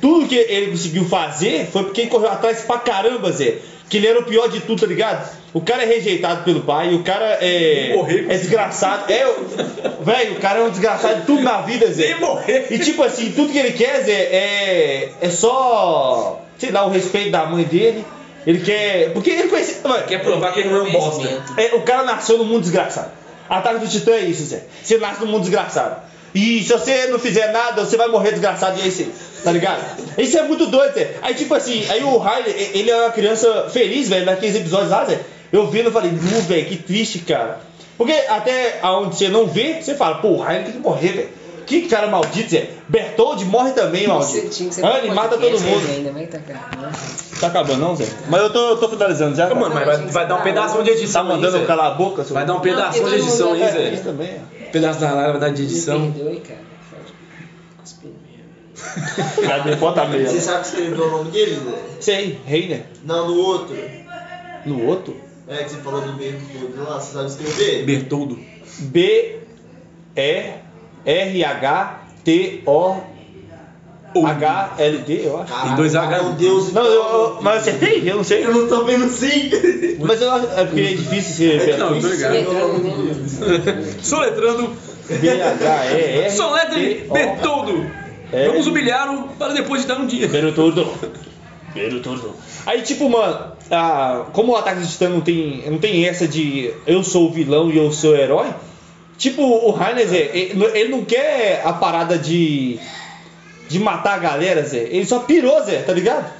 [SPEAKER 2] Tudo que ele conseguiu fazer foi porque ele correu atrás pra caramba, Zé. Que ele era o pior de tudo, tá ligado? O cara é rejeitado pelo pai, o cara é.
[SPEAKER 5] Morrer.
[SPEAKER 2] É desgraçado. É, o- velho, o cara é um desgraçado de tudo na vida, Zé.
[SPEAKER 5] Nem morrer.
[SPEAKER 2] E tipo assim, tudo que ele quer, Zé, é. É só. Sei lá, o respeito da mãe dele. Ele quer. Porque ele conhece. mano,
[SPEAKER 5] Quer provar que ele não é um bosta.
[SPEAKER 2] é, o cara nasceu no mundo desgraçado. Ataque do Titã é isso, Zé. Você nasce no mundo desgraçado. E se você não fizer nada, você vai morrer desgraçado e é isso aí. Tá ligado? Isso é muito doido, Zé. Aí, tipo assim, aí o Riley, e- ele é uma criança feliz, velho, naqueles episódios lá, Zé. Eu vendo e falei, nu, velho, que triste, cara. Porque até aonde você não vê, você fala, pô, o Riley tem que morrer, velho. Que cara maldito, Zé. Bertold morre também,
[SPEAKER 3] Você
[SPEAKER 2] maldito.
[SPEAKER 3] tinha que ser
[SPEAKER 2] Ah, ele
[SPEAKER 3] um
[SPEAKER 2] mata todo
[SPEAKER 3] podcast
[SPEAKER 2] mundo.
[SPEAKER 3] Ainda, vai tacar, né?
[SPEAKER 2] Tá acabando, não, Zé? Mas eu tô, eu tô finalizando já.
[SPEAKER 5] Mano,
[SPEAKER 2] Mano,
[SPEAKER 5] mas vai, vai dar um pedaço de edição.
[SPEAKER 2] tá mandando eu
[SPEAKER 5] aí, Zé.
[SPEAKER 2] calar a boca, seu
[SPEAKER 5] Vai dar um pedaço
[SPEAKER 3] porque
[SPEAKER 5] de
[SPEAKER 3] todo
[SPEAKER 5] edição
[SPEAKER 3] mundo
[SPEAKER 5] aí,
[SPEAKER 3] é
[SPEAKER 2] É, isso
[SPEAKER 5] Zé.
[SPEAKER 2] também, ó.
[SPEAKER 5] Pedaço da live vai dar de
[SPEAKER 3] Me
[SPEAKER 5] edição.
[SPEAKER 3] perdoe, cara. Fala, cuspi.
[SPEAKER 2] Cara, me um bota a meia.
[SPEAKER 7] Você sabe escrever o nome dele, Zé?
[SPEAKER 2] Sei, Reiner.
[SPEAKER 7] Não, no outro.
[SPEAKER 2] No outro?
[SPEAKER 7] É, que você falou do Bertoldo lá, você sabe escrever?
[SPEAKER 5] Bertoldo.
[SPEAKER 2] B E R H T O H L D, eu acho.
[SPEAKER 7] Caralho,
[SPEAKER 5] Tem dois H.
[SPEAKER 7] é um deus
[SPEAKER 2] Não,
[SPEAKER 7] então.
[SPEAKER 2] eu, eu- mas eu acertei, eu não sei.
[SPEAKER 7] Eu não tô vendo sim.
[SPEAKER 2] Mas eu acho é porque é difícil ser
[SPEAKER 5] Não, eu tô ligado.
[SPEAKER 3] Entrando né? mesmo.
[SPEAKER 5] Soletrando.
[SPEAKER 2] B H E R
[SPEAKER 5] Soletre Bertoldo.
[SPEAKER 2] É.
[SPEAKER 5] Vamos humilhar-o para depois de dar um dia.
[SPEAKER 2] Primeiro turno. Primeiro turno. Aí, tipo, mano, ah, como o Ataque do Titã não tem, não tem essa de eu sou o vilão e eu sou o herói, tipo, o Rainer, Zé, ele, ele não quer a parada de, de matar a galera, Zé. Ele só pirou, Zé, tá ligado?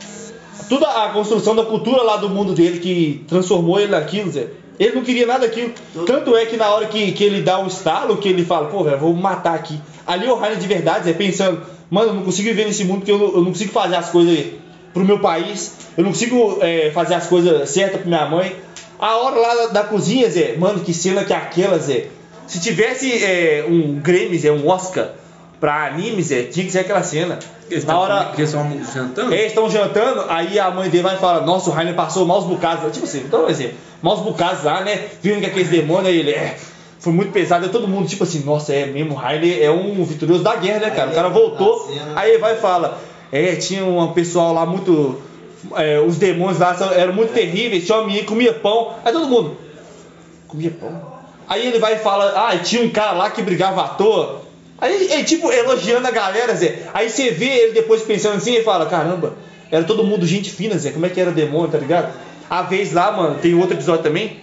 [SPEAKER 2] Toda a construção da cultura lá do mundo dele que transformou ele naquilo, Zé. Ele não queria nada daquilo. Tanto é que na hora que, que ele dá o estalo, que ele fala, pô, velho, vou matar aqui. Ali o Rainer de verdade, Zé, pensando, mano, eu não consigo viver nesse mundo porque eu não, eu não consigo fazer as coisas pro meu país, eu não consigo eh, fazer as coisas certas pra minha mãe. A hora lá da, da cozinha, Zé, mano, que cena que é aquela, Zé. Se tivesse eh, um Grammy, Zé, um Oscar pra anime, Zé, tinha que ser aquela cena. Na hora,
[SPEAKER 5] Porque eles estão jantando?
[SPEAKER 2] eles estão jantando, aí a mãe dele vai e fala: Nossa, o Rainer passou maus bocados. Tipo assim, então, exemplo, maus bocados lá, né? Viram que aqueles demônios, aí ele é. Foi muito pesado, e todo mundo, tipo assim, nossa, é mesmo, o Rainer é um vitorioso da guerra, né, cara? O cara voltou, aí ele vai e fala: É, tinha um pessoal lá muito. é, os demônios lá são- eram muito terríveis, tinha uma menina que comia pão. Aí todo mundo, comia pão. Aí ele vai e fala, ah, tinha um cara lá que brigava à toa. Aí é tipo elogiando a galera, Zé. Aí você vê ele depois pensando assim e fala, caramba, era todo mundo gente fina, Zé. Como é que era demônio, tá ligado? A vez lá, mano, tem outro episódio também,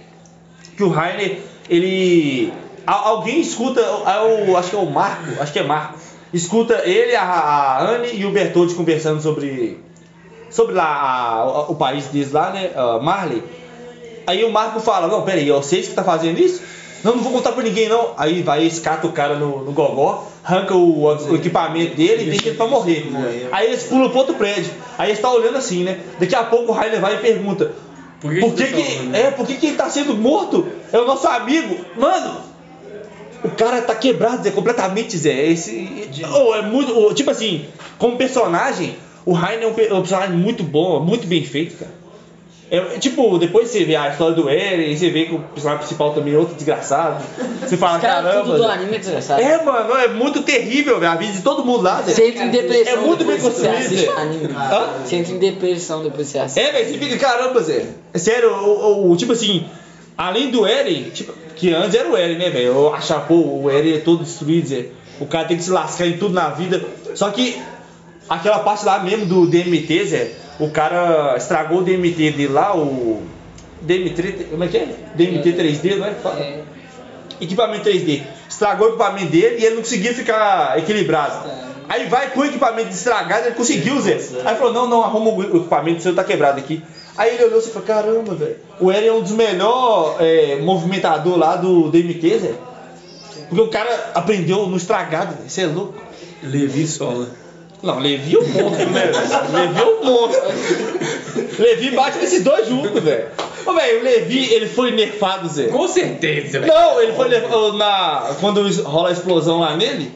[SPEAKER 2] que o Rainer, ele. a- alguém escuta, a- o- acho que é o Marco, acho que é Marco. Escuta ele, a, a Anne e o Bertoldi conversando sobre. Sobre lá a- o- o país deles lá, né? ah, Marley. Aí o Marco fala, não, peraí, é vocês que tá fazendo isso? Não, não vou contar pra ninguém, não. Aí vai, escata o cara no, no gogó, arranca o, o equipamento dele e deixa ele pra morrer. Aí eles pulam pro outro prédio. Aí eles tá olhando assim, né? Daqui a pouco o Rainer vai e pergunta.
[SPEAKER 5] Por
[SPEAKER 2] Por
[SPEAKER 5] que
[SPEAKER 2] que, que,
[SPEAKER 5] que tá salvando?
[SPEAKER 2] é, por que, que ele tá sendo morto? É o nosso amigo. Mano, o cara tá quebrado, Zé, completamente, Zé. É Esse. Ou é muito. ou, tipo assim, como personagem, o Rainer é um, pe- é um personagem muito bom, muito bem feito, cara. É, é, tipo, depois você vê a história do Eren, você vê que o personagem principal também é outro desgraçado. Você fala,
[SPEAKER 8] Cara, tudo
[SPEAKER 2] caramba.
[SPEAKER 8] do
[SPEAKER 2] Zé.
[SPEAKER 8] anime é desgraçado.
[SPEAKER 2] É, mano, é muito terrível, velho. A vida de todo mundo lá, Zé.
[SPEAKER 8] Você entra em depressão.
[SPEAKER 2] É muito bem
[SPEAKER 8] depois que você
[SPEAKER 2] construído,
[SPEAKER 8] assiste
[SPEAKER 2] Zé.
[SPEAKER 8] anime.
[SPEAKER 2] Hã?
[SPEAKER 8] Você entra em depressão depois que você assiste.
[SPEAKER 2] É, velho, você fica, caramba, Zé. É sério, o, o- o- tipo assim, além do Eren, tipo, que antes era o Eren, né, velho? Eu achava, pô, o Eren é todo destruído, Zé. O cara tem que se lascar em tudo na vida. Só que aquela parte lá mesmo do DMT, Zé, o cara estragou o DMT dele lá, o. DMT, como é que é? DMT 3D, não é? Fala
[SPEAKER 3] É,
[SPEAKER 2] equipamento 3D. Estragou o equipamento dele e ele não conseguia ficar equilibrado. Aí vai com o equipamento estragado, ele conseguiu, Zé. Aí falou, não, não, arruma o equipamento, seu tá quebrado aqui. Aí ele olhou e falou, caramba, é, velho. O Eren é um dos melhores movimentadores lá do DMT, Zé. Porque o cara aprendeu no estragado, você é louco.
[SPEAKER 5] Levi Sola.
[SPEAKER 2] Não, Levi é um monstro, né? velho? Levi é um monstro. Levi bate nesses dois juntos, velho. Ô, velho, o Levi, ele foi nerfado, Zé.
[SPEAKER 5] Com certeza, velho.
[SPEAKER 2] Não, ele foi nerfado na... Quando rola a explosão lá nele...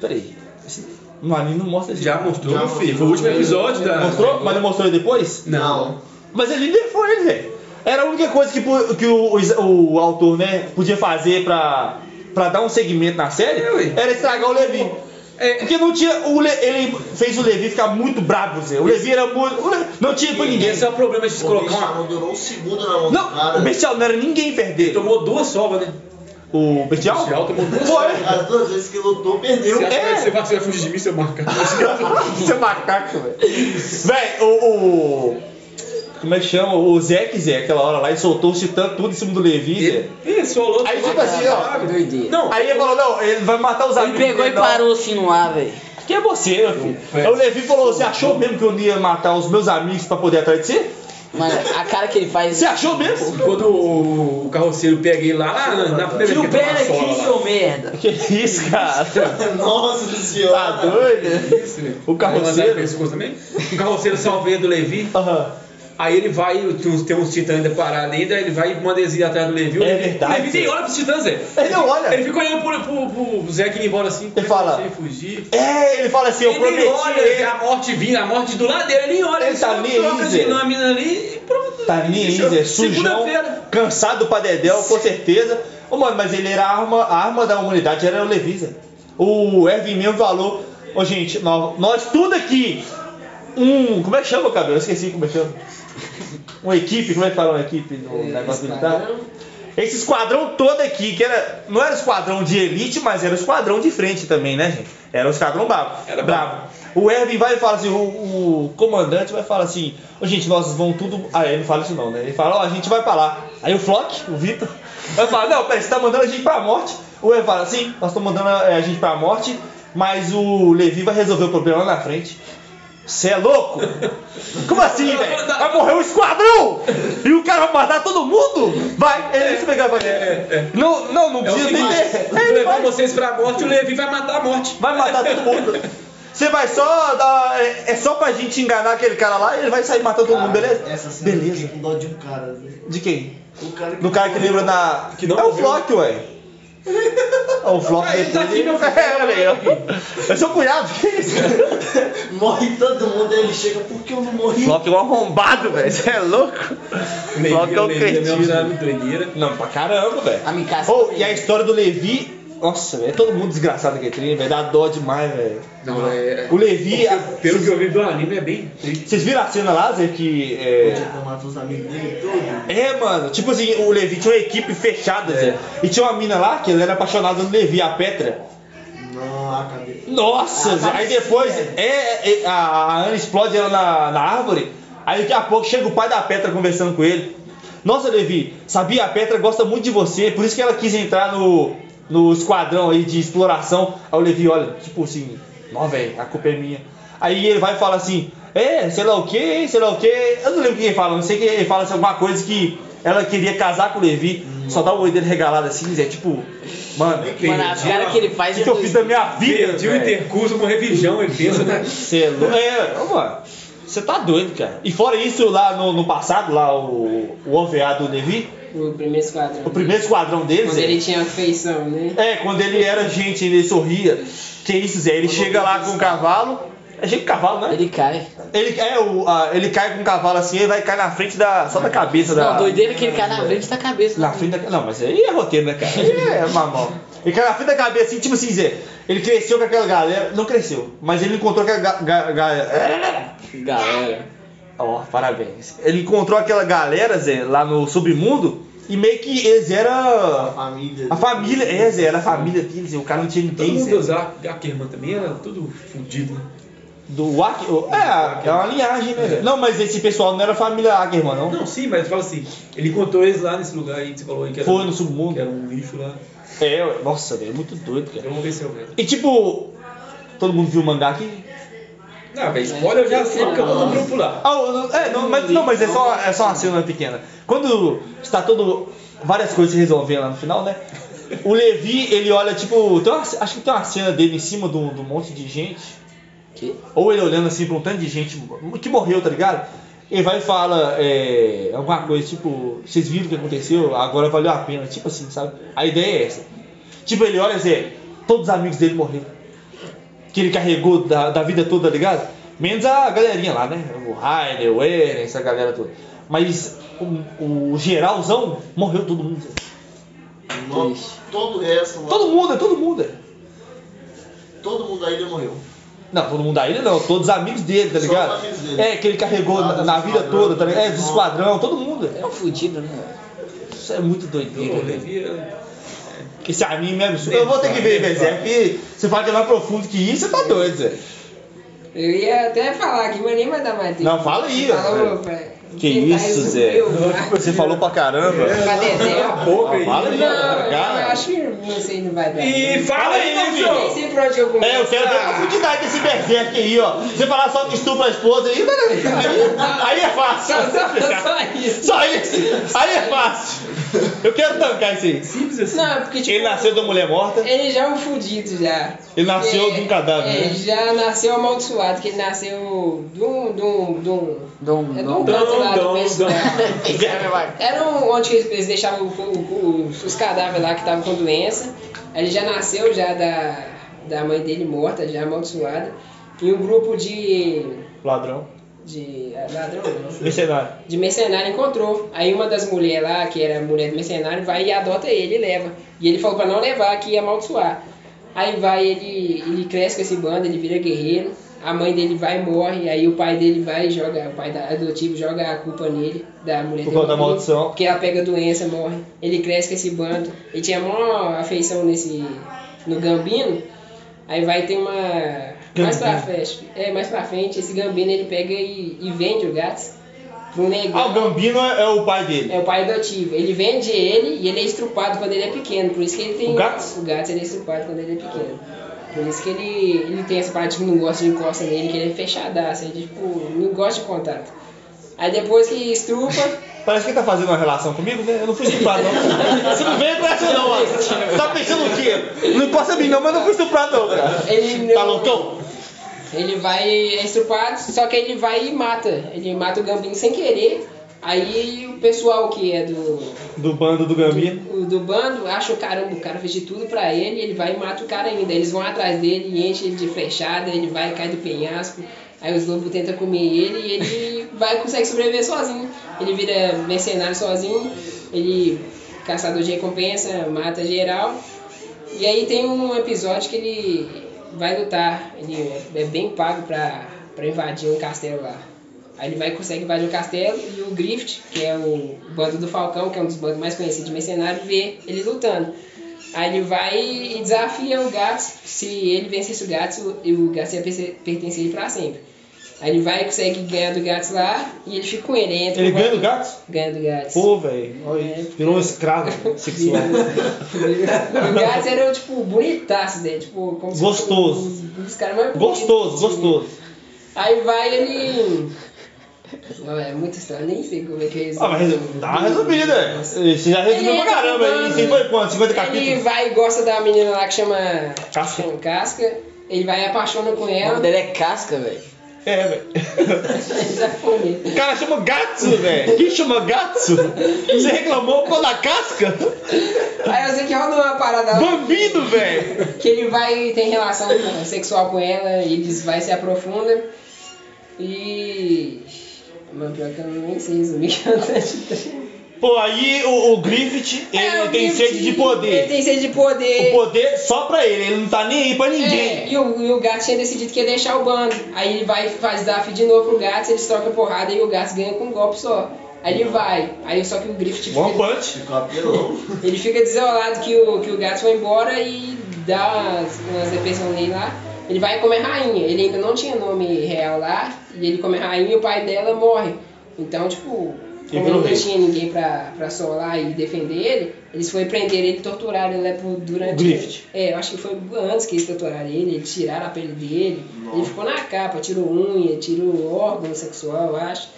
[SPEAKER 2] Peraí, esse- no anime não mostra isso.
[SPEAKER 5] Já mostrou,
[SPEAKER 7] Já
[SPEAKER 5] filho. Foi o último episódio da. né?
[SPEAKER 2] Mostrou? Mas não mostrou ele depois?
[SPEAKER 5] Não.
[SPEAKER 2] Mas ele nerfou ele, velho. Era a única coisa que, po- que o, o, o autor, né, podia fazer pra, pra dar um segmento na série,
[SPEAKER 5] É, ué.
[SPEAKER 2] era estragar o Levi.
[SPEAKER 5] É.
[SPEAKER 2] Porque não tinha. O Le- ele fez o Levi ficar muito brabo, Zé. O Levi era muito. o Le- não tinha pra ninguém.
[SPEAKER 5] Esse é o problema de se
[SPEAKER 7] O
[SPEAKER 5] colocar
[SPEAKER 7] bicho
[SPEAKER 5] uma.
[SPEAKER 7] não durou um segundo na mão do
[SPEAKER 2] Não,
[SPEAKER 7] cara.
[SPEAKER 2] o Bestial não era ninguém perder.
[SPEAKER 5] Tomou duas sobras, né?
[SPEAKER 2] O Bestial?
[SPEAKER 5] O Bestial tomou duas
[SPEAKER 2] Foi.
[SPEAKER 7] As duas vezes que lutou, perdeu.
[SPEAKER 5] Você, acha que
[SPEAKER 2] É.
[SPEAKER 5] vai- você vai- você vai fugir de mim, seu marcado.
[SPEAKER 2] Você é macaco, velho. Véi, o, o- Como é que chama? O Zeke Zé, aquela hora lá, e soltou o titã tudo em cima do Levi, Zé.
[SPEAKER 5] Ih, solou.
[SPEAKER 2] Aí, tipo assim, ó.
[SPEAKER 8] Doideira.
[SPEAKER 5] Não,
[SPEAKER 2] Aí ele falou, não, ele vai matar os
[SPEAKER 8] Ele
[SPEAKER 2] amigos.
[SPEAKER 8] pegou e
[SPEAKER 2] dele, não.
[SPEAKER 8] parou assim no ar, velho.
[SPEAKER 2] Quem é você, meu filho?
[SPEAKER 5] É.
[SPEAKER 2] Aí o Levi falou, você achou mesmo que eu ia matar os meus amigos pra poder ir atrás de você?
[SPEAKER 8] Mano, a cara que ele faz.
[SPEAKER 2] Você achou mesmo?
[SPEAKER 5] quando o, o carroceiro pega ele lá, lá na, na primeira
[SPEAKER 8] Tira o
[SPEAKER 5] vez que ele
[SPEAKER 8] pé
[SPEAKER 5] toma a sola
[SPEAKER 8] daqui,
[SPEAKER 5] lá.
[SPEAKER 8] seu merda.
[SPEAKER 2] Que isso, cara?
[SPEAKER 7] Nossa
[SPEAKER 2] Tá
[SPEAKER 7] senhora.
[SPEAKER 2] doido?
[SPEAKER 5] Isso, né?
[SPEAKER 2] O carroceiro.
[SPEAKER 5] Vai mandar no pescoço também. O carroceiro salveia do Levi.
[SPEAKER 2] Aham.
[SPEAKER 5] Aí ele vai, tem uns, tem uns titãs ainda parados ainda, ele vai e manda eles ir atrás do Levi. O
[SPEAKER 2] É
[SPEAKER 5] Levi-
[SPEAKER 2] verdade,
[SPEAKER 5] O Levi nem
[SPEAKER 2] Zé.
[SPEAKER 5] olha pros titãs, Zé.
[SPEAKER 2] Ele não olha.
[SPEAKER 5] Ele fica olhando pro, pro, pro Zé que indo embora assim. como é que
[SPEAKER 2] fala,
[SPEAKER 5] eu sei fugir.
[SPEAKER 2] É, ele fala assim, eu
[SPEAKER 5] Ele nem
[SPEAKER 2] prometi.
[SPEAKER 5] olha Zé, a morte vindo, a morte do lado dele, ele nem olha.
[SPEAKER 2] Ele tá
[SPEAKER 5] só
[SPEAKER 2] nem aí,
[SPEAKER 5] troca
[SPEAKER 2] Zé.
[SPEAKER 5] de nome ali e pronto.
[SPEAKER 2] Tá nem aí,
[SPEAKER 5] Isso,
[SPEAKER 2] Zé, sujão,
[SPEAKER 5] Segunda-feira.
[SPEAKER 2] cansado pra Dedéu, com certeza. Ô, mano, mas ele era a arma, a arma da humanidade, era o Levi, Zé. O Erwin mesmo falou, ô, gente, nós, nós tudo aqui, um, como é que chama, cabelo? Eu esqueci como é que chama. Uma equipe, como é que fala uma equipe no
[SPEAKER 3] é,
[SPEAKER 2] negócio militar? Esse esquadrão todo aqui, que era, não era esquadrão de elite, mas era esquadrão de frente também, né, gente? Era um esquadrão bravo.
[SPEAKER 5] Era
[SPEAKER 2] bravo. O Erwin vai e fala assim, o, o comandante vai falar assim, ô gente, nós vamos tudo. Ah, ele não fala isso não, né? Ele fala, ó, a gente vai pra lá. Aí o Flock, o Vitor, vai falar, não, pera, você tá mandando a gente pra morte. O Erwin fala assim, nós estamos mandando a, a gente pra morte, mas o Levi vai resolver o problema lá na frente. Você é louco? Como assim, velho? Vai morrer um esquadrão! E o cara vai matar todo mundo? Vai, ele se pegar e vai.
[SPEAKER 5] é, é.
[SPEAKER 2] Não, não, não
[SPEAKER 5] É o
[SPEAKER 2] precisa nem ter. É,
[SPEAKER 5] seguinte,
[SPEAKER 2] ele
[SPEAKER 5] levar
[SPEAKER 2] vai,
[SPEAKER 5] vocês pra morte, o Levi vai matar a morte.
[SPEAKER 2] vai matar todo mundo. Você vai só dar. É é só pra gente enganar aquele cara lá e ele vai sair matando todo mundo, beleza?
[SPEAKER 7] Essa cena eu
[SPEAKER 2] beleza.
[SPEAKER 7] fiquei com dó de um cara. velho.
[SPEAKER 2] De quem?
[SPEAKER 7] O cara que...
[SPEAKER 2] Do cara que lembra na.
[SPEAKER 5] Que não
[SPEAKER 2] é o
[SPEAKER 5] morreu.
[SPEAKER 2] Flock, ué. É o Flock
[SPEAKER 5] Ah, ele
[SPEAKER 2] depois.
[SPEAKER 5] tá aqui, meu filho.
[SPEAKER 2] É, olha aí, ó. Eu sou cunhado, que isso?
[SPEAKER 7] Morre todo mundo, aí ele chega, por que eu não morri?
[SPEAKER 2] Flock é um arrombado, velho. Você é louco?
[SPEAKER 5] O Levi,
[SPEAKER 2] Flock é
[SPEAKER 5] o
[SPEAKER 2] um
[SPEAKER 5] Levi é mesmo
[SPEAKER 2] cretino.
[SPEAKER 5] já doideira.
[SPEAKER 2] Não, pra caramba, velho.
[SPEAKER 8] A Mikasa.
[SPEAKER 2] Oh, e a história do Levi. Nossa, velho, é todo mundo desgraçado que treino, velho. Dá dó demais, velho.
[SPEAKER 5] Não, é.
[SPEAKER 2] O Levi. a-
[SPEAKER 5] Pelo que eu vi do anime, é bem.
[SPEAKER 2] Vocês viram a cena lá, Zé, que. É...
[SPEAKER 7] Ele matou os amigos dele e tudo.
[SPEAKER 2] é, mano, tipo assim, o Levi tinha uma equipe
[SPEAKER 5] É.
[SPEAKER 2] fechada, Zé. E tinha uma mina lá que ela era apaixonada do Levi, a Petra.
[SPEAKER 7] Não, a cabeça.
[SPEAKER 2] Nossa, Zé. Aí depois é, é, a, a Ana explode ela na, na árvore. Aí daqui a pouco chega o pai da Petra conversando com ele. Nossa, Levi, sabia? A Petra gosta muito de você, é por isso que ela quis entrar no, no esquadrão aí de exploração. Aí o Levi olha, tipo assim, não, velho, a culpa é minha. Aí ele vai e fala assim, é, sei lá o que, sei lá o que. Eu não lembro o que ele fala, não sei que ele fala assim, alguma coisa que ela queria casar com o Levi. Só dá o olho dele regalado assim, Zé, tipo, mano, o
[SPEAKER 8] Mano, a cara que ele faz é
[SPEAKER 2] que, que eu fiz da minha vida?
[SPEAKER 5] Perdi o
[SPEAKER 2] velho?"
[SPEAKER 5] intercurso com revisão, ele pensa, né?
[SPEAKER 2] Você é louco. É, ô, mano. Você tá doido, cara. E fora isso, lá no, no passado, lá o, o OVA do Levi,
[SPEAKER 3] O primeiro esquadrão.
[SPEAKER 2] o primeiro esquadrão deles.
[SPEAKER 3] Quando
[SPEAKER 2] Zé,
[SPEAKER 3] ele tinha feição, né?
[SPEAKER 2] É, quando ele era gente, ele sorria. Que isso, Zé? Ele chega lá com o cavalo. É gente com cavalo, né?
[SPEAKER 8] Ele cai.
[SPEAKER 2] Ele, é, o, a- ele cai com o cavalo assim, ele vai cair na frente da. Só da cabeça da.
[SPEAKER 8] Não, doideira que ele cai na frente tá da cabeça.
[SPEAKER 2] Na frente da. Não, mas aí é roteiro, né, cara? Aí é mamão. Ele caiu na frente da cabeça, assim, tipo assim, Zé. Ele cresceu com aquela galera. Não cresceu, mas ele encontrou aquela ga- ga- é, galera.
[SPEAKER 8] Galera.
[SPEAKER 2] Ó, parabéns. Ele encontrou aquela galera, Zé, lá no submundo, e meio que eles
[SPEAKER 7] A
[SPEAKER 2] eram.
[SPEAKER 7] família.
[SPEAKER 2] A família, é, Zé, era a família deles, Zé, o cara não tinha
[SPEAKER 5] Todo
[SPEAKER 2] ninguém,
[SPEAKER 5] mundo
[SPEAKER 2] Zé.
[SPEAKER 5] usar Ackerman também era tudo fudido. né?
[SPEAKER 2] Do Aki. É, é uma linhagem, né? Zé? Não, mas esse pessoal não era família Ackerman, não.
[SPEAKER 5] Não, sim, mas fala assim, ele encontrou eles lá nesse lugar aí que você falou aí que era,
[SPEAKER 2] Foi no
[SPEAKER 5] que
[SPEAKER 2] submundo.
[SPEAKER 5] era um lixo lá.
[SPEAKER 2] É, ué, nossa, velho, muito doido, cara.
[SPEAKER 5] Eu não pensei, velho.
[SPEAKER 2] E tipo. Todo mundo viu o mangá aqui?
[SPEAKER 5] Não, velho, spoiler eu já sei porque eu tô no grupo lá.
[SPEAKER 2] Ah, eu não- é, não, mas, não, mas é só, é só uma cena pequena. Quando está todo. várias coisas se resolvendo lá no final, né? O Levi, ele olha, tipo, tem uma- acho que tem uma cena dele em cima de um, de um monte de gente.
[SPEAKER 3] Que?
[SPEAKER 2] Ou ele olhando assim pra um tanto de gente que morreu, tá ligado? Ele vai e fala é, alguma coisa, tipo, vocês viram o que aconteceu, agora valeu a pena, tipo assim, sabe? A ideia é essa. Tipo, ele olha e diz, todos os amigos dele morreram. Que ele carregou da, da vida toda, tá ligado? Menos a galerinha lá, né? O Rainer, o Eren, essa galera toda. Mas o, o geralzão morreu todo mundo.
[SPEAKER 7] No- Todo o resto lá,
[SPEAKER 2] Todo mundo, é todo mundo. é.
[SPEAKER 7] todo mundo da ilha morreu.
[SPEAKER 2] Não, todo mundo da ilha não, todos os amigos dele, tá
[SPEAKER 7] Só
[SPEAKER 2] ligado?
[SPEAKER 7] os amigos dele.
[SPEAKER 2] É, que ele carregou
[SPEAKER 7] Ah,
[SPEAKER 2] na,
[SPEAKER 7] do
[SPEAKER 2] na vida
[SPEAKER 7] esquadrão,
[SPEAKER 2] toda, tá ligado? É, do
[SPEAKER 7] do
[SPEAKER 2] esquadrão, todo mundo.
[SPEAKER 3] É um fudido, né?
[SPEAKER 2] Isso é muito doideira,
[SPEAKER 5] Pô,
[SPEAKER 2] velho.
[SPEAKER 5] Levi é-
[SPEAKER 2] Esse anime é absurdo. Eu vou ter que ver, velho. É que você fala que é mais profundo que isso, você tá doido, Zé.
[SPEAKER 3] Eu ia até falar que mas nem vai dar mais tempo.
[SPEAKER 2] Não, fala aí,
[SPEAKER 3] Fala,
[SPEAKER 2] ó.
[SPEAKER 3] pai. tá
[SPEAKER 2] Que
[SPEAKER 3] Tentar
[SPEAKER 2] isso, Zé.
[SPEAKER 3] resumir o barco.
[SPEAKER 2] Você falou pra caramba.
[SPEAKER 3] Pra desenho.
[SPEAKER 5] Cala a boca aí.
[SPEAKER 2] Fala aí,
[SPEAKER 3] Não, eu
[SPEAKER 2] cara.
[SPEAKER 3] acho que não sei, não vai dar.
[SPEAKER 5] E fala aí, meu
[SPEAKER 3] Nem
[SPEAKER 5] filho.
[SPEAKER 3] sei por onde eu começo.
[SPEAKER 2] É, eu quero ver a profundidade desse berserk aí, ó. Você falar só que estupra a esposa aí, aí, aí é fácil.
[SPEAKER 3] Só, só, só isso.
[SPEAKER 2] Só isso. Aí é fácil. Eu quero tancar isso aí.
[SPEAKER 5] assim.
[SPEAKER 3] Não, é porque tipo.
[SPEAKER 2] Ele nasceu da mulher morta.
[SPEAKER 3] Ele já é um fudido já.
[SPEAKER 2] Ele nasceu
[SPEAKER 3] É,
[SPEAKER 2] de um cadáver,
[SPEAKER 3] é,
[SPEAKER 2] né?
[SPEAKER 3] já nasceu amaldiçoado, que ele nasceu de um. de um. de um.
[SPEAKER 8] Dom,
[SPEAKER 3] é de um
[SPEAKER 8] dom.
[SPEAKER 3] canto lá do
[SPEAKER 5] dom,
[SPEAKER 3] pescoal.
[SPEAKER 8] vai.
[SPEAKER 3] Era um, onde eles deixavam o- o- o- os cadáveres lá que estavam com doença. Aí Ele já nasceu já da, da mãe dele morta, já amaldiçoada. E um grupo de.
[SPEAKER 2] Ladrão.
[SPEAKER 3] de. ah, ladrão não.
[SPEAKER 2] Mercenário.
[SPEAKER 3] De mercenário encontrou. Aí uma das mulheres lá, que era mulher do mercenário, vai e adota ele e leva. E ele falou pra não levar, que ia amaldiçoar. Aí vai, ele, ele cresce com esse bando, ele vira guerreiro. A mãe dele vai e morre. Aí o pai dele vai e joga, o pai da- adotivo joga a culpa nele, da mulher
[SPEAKER 2] Por causa da
[SPEAKER 3] dele.
[SPEAKER 2] maldição.
[SPEAKER 3] Porque ela pega a doença, morre. Ele cresce com esse bando. Ele tinha maior afeição nesse. no Gambino. Aí vai ter uma. Mais pra frente. É, mais pra frente, esse Gambino ele pega e, e vende o gato pro
[SPEAKER 2] Ah, o
[SPEAKER 3] negão.
[SPEAKER 2] Gambino é é o pai dele.
[SPEAKER 3] É o pai adotivo. Ele vende ele e ele é estrupado quando ele é pequeno. Por isso que ele tem.
[SPEAKER 2] O Gats?
[SPEAKER 3] O Gats, ele é estrupado quando ele é pequeno. Por isso que ele, ele tem essa parte que não gosta de encosta nele, que ele é fechadaço, ele tipo, não gosta de contato. Aí depois que estrupa,
[SPEAKER 2] Parece que tá fazendo uma relação comigo, né? Eu não fui estuprado, não. Você não veio com essa, não, mano. Tá pensando o quê? Não encosta em mim, não, mas não fui estuprado, não, cara.
[SPEAKER 3] ele
[SPEAKER 2] Tá
[SPEAKER 3] não-
[SPEAKER 2] loucão?
[SPEAKER 3] Ele vai é estrupado, só que ele vai e mata. Ele mata o Gambino sem querer. Aí o pessoal que é do,
[SPEAKER 2] Do bando do Gambino.
[SPEAKER 3] o do bando acha o caramba, o cara fez de tudo pra ele, ele vai e mata o cara ainda. Eles vão atrás dele e enchem ele de flechada, ele vai e cai do penhasco. Aí os lobos tentam comer ele e ele vai e consegue sobreviver sozinho. Ele vira mercenário sozinho, ele caçador de recompensa, mata geral. E aí tem um episódio que ele vai lutar, ele é bem pago pra, pra invadir um castelo lá. Aí ele vai consegue invadir o castelo e o Grift, que é o bando do Falcão, que é um dos bandos mais conhecidos de mercenário, vê ele lutando. Aí ele vai e desafia o Gats, se ele vencesse o Gats, o- o Gats ia perce- pertencer a ele pra sempre. Aí ele vai e consegue ganhar do Gats lá e ele fica com ele. entra
[SPEAKER 2] Ele
[SPEAKER 3] no
[SPEAKER 2] ganha do
[SPEAKER 3] bando-
[SPEAKER 2] gato?
[SPEAKER 3] Ganha do Gats.
[SPEAKER 2] Pô, velho. olha aí. Virou um escravo sexual.
[SPEAKER 3] E o Gats era, tipo, bonitaço dele, tipo... Como se fosse
[SPEAKER 2] Gostoso.
[SPEAKER 3] Um dos caras mais bonitos
[SPEAKER 2] Gostoso,
[SPEAKER 3] que tinha.
[SPEAKER 2] gostoso.
[SPEAKER 3] Aí vai ele... Não, é muito estranho, nem sei como é que é isso.
[SPEAKER 2] Ah, mas dá uma é. resumida. Você já resumiu pra
[SPEAKER 3] entra no
[SPEAKER 2] caramba.
[SPEAKER 3] bando,
[SPEAKER 2] E Isso aí foi quanto? 50
[SPEAKER 3] é Ele
[SPEAKER 2] capítulos?
[SPEAKER 3] vai e gosta da menina lá que chama...
[SPEAKER 2] Casca.
[SPEAKER 3] chama Casca. Ele vai e apaixona com
[SPEAKER 8] O nome
[SPEAKER 3] ela.
[SPEAKER 8] dele é Casca, velho.
[SPEAKER 2] É, velho.
[SPEAKER 3] Isso é bonito.
[SPEAKER 2] O cara chama Gatsu, velho. Quem chama Gatsu? Você reclamou por causa da casca?
[SPEAKER 3] Aí eu sei que rola uma parada lá.
[SPEAKER 2] Bambino, velho.
[SPEAKER 3] que ele vai tem relação com- sexual com ela e eles vai se aprofunda e mas pior que eu nem sei resumir que eu tô achando.
[SPEAKER 2] Pô, aí o, o Griffith, ele
[SPEAKER 3] É, o
[SPEAKER 2] tem
[SPEAKER 3] Griffith,
[SPEAKER 2] sede de
[SPEAKER 3] Ele
[SPEAKER 2] poder.
[SPEAKER 3] tem sede de poder.
[SPEAKER 2] O poder só pra ele, ele não tá nem aí pra
[SPEAKER 3] É,
[SPEAKER 2] ninguém.
[SPEAKER 3] e, o, e o gato tinha decidido que ia deixar o bando. Aí ele vai e faz DAF de novo pro gato, eles trocam porrada e o gato ganha com um golpe só. Aí ele vai. Aí só que o Griffith
[SPEAKER 2] One
[SPEAKER 3] fica,
[SPEAKER 2] Punch.
[SPEAKER 7] Ficou apelão.
[SPEAKER 3] ele fica desolado que o, que o gato foi embora e dá umas, umas depressão nele lá. Ele vai e come a rainha. Ele ainda não tinha nome real lá. E ele come a rainha e o pai dela morre. Então, tipo, como
[SPEAKER 2] virou
[SPEAKER 3] ele não
[SPEAKER 2] rei.
[SPEAKER 3] tinha ninguém pra, pra solar e defender ele, eles foram prender ele e torturaram ele né, por, durante.
[SPEAKER 2] Grift.
[SPEAKER 3] É, eu acho que foi antes que eles torturaram ele, eles tiraram a pele dele. Ele ficou na capa, tirou unha, tirou órgão sexual, eu acho.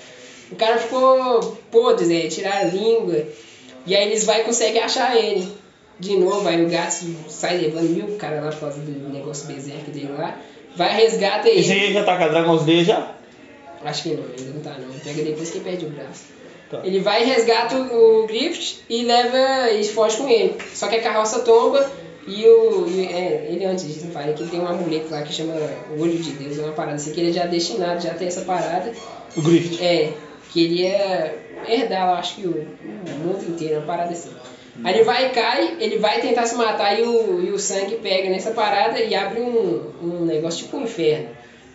[SPEAKER 3] O cara ficou podre, né? tiraram a língua. E aí eles vai e conseguem achar ele. De novo, aí o Gatsu sai levando mil cara lá por causa do negócio berserk dele lá. Vai, resgata ele.
[SPEAKER 2] Esse aí já tá com a Dragon's D já?
[SPEAKER 3] Acho que não, ainda não tá não. Pega depois que perde o braço. Ele vai e resgata o, o Griffith e leva e foge com ele. Só que a carroça tomba e o. e- é, ele antes disso fala que ele tem um amuleto lá que chama Olho de Deus, é uma parada assim que ele é já destinado, já tem essa parada.
[SPEAKER 2] O Griffith.
[SPEAKER 3] É, queria herdar, eu acho que o, o mundo inteiro, uma parada assim. Aí ele vai e cai, ele vai tentar se matar e o, e o sangue pega nessa parada e abre um, um negócio tipo um inferno.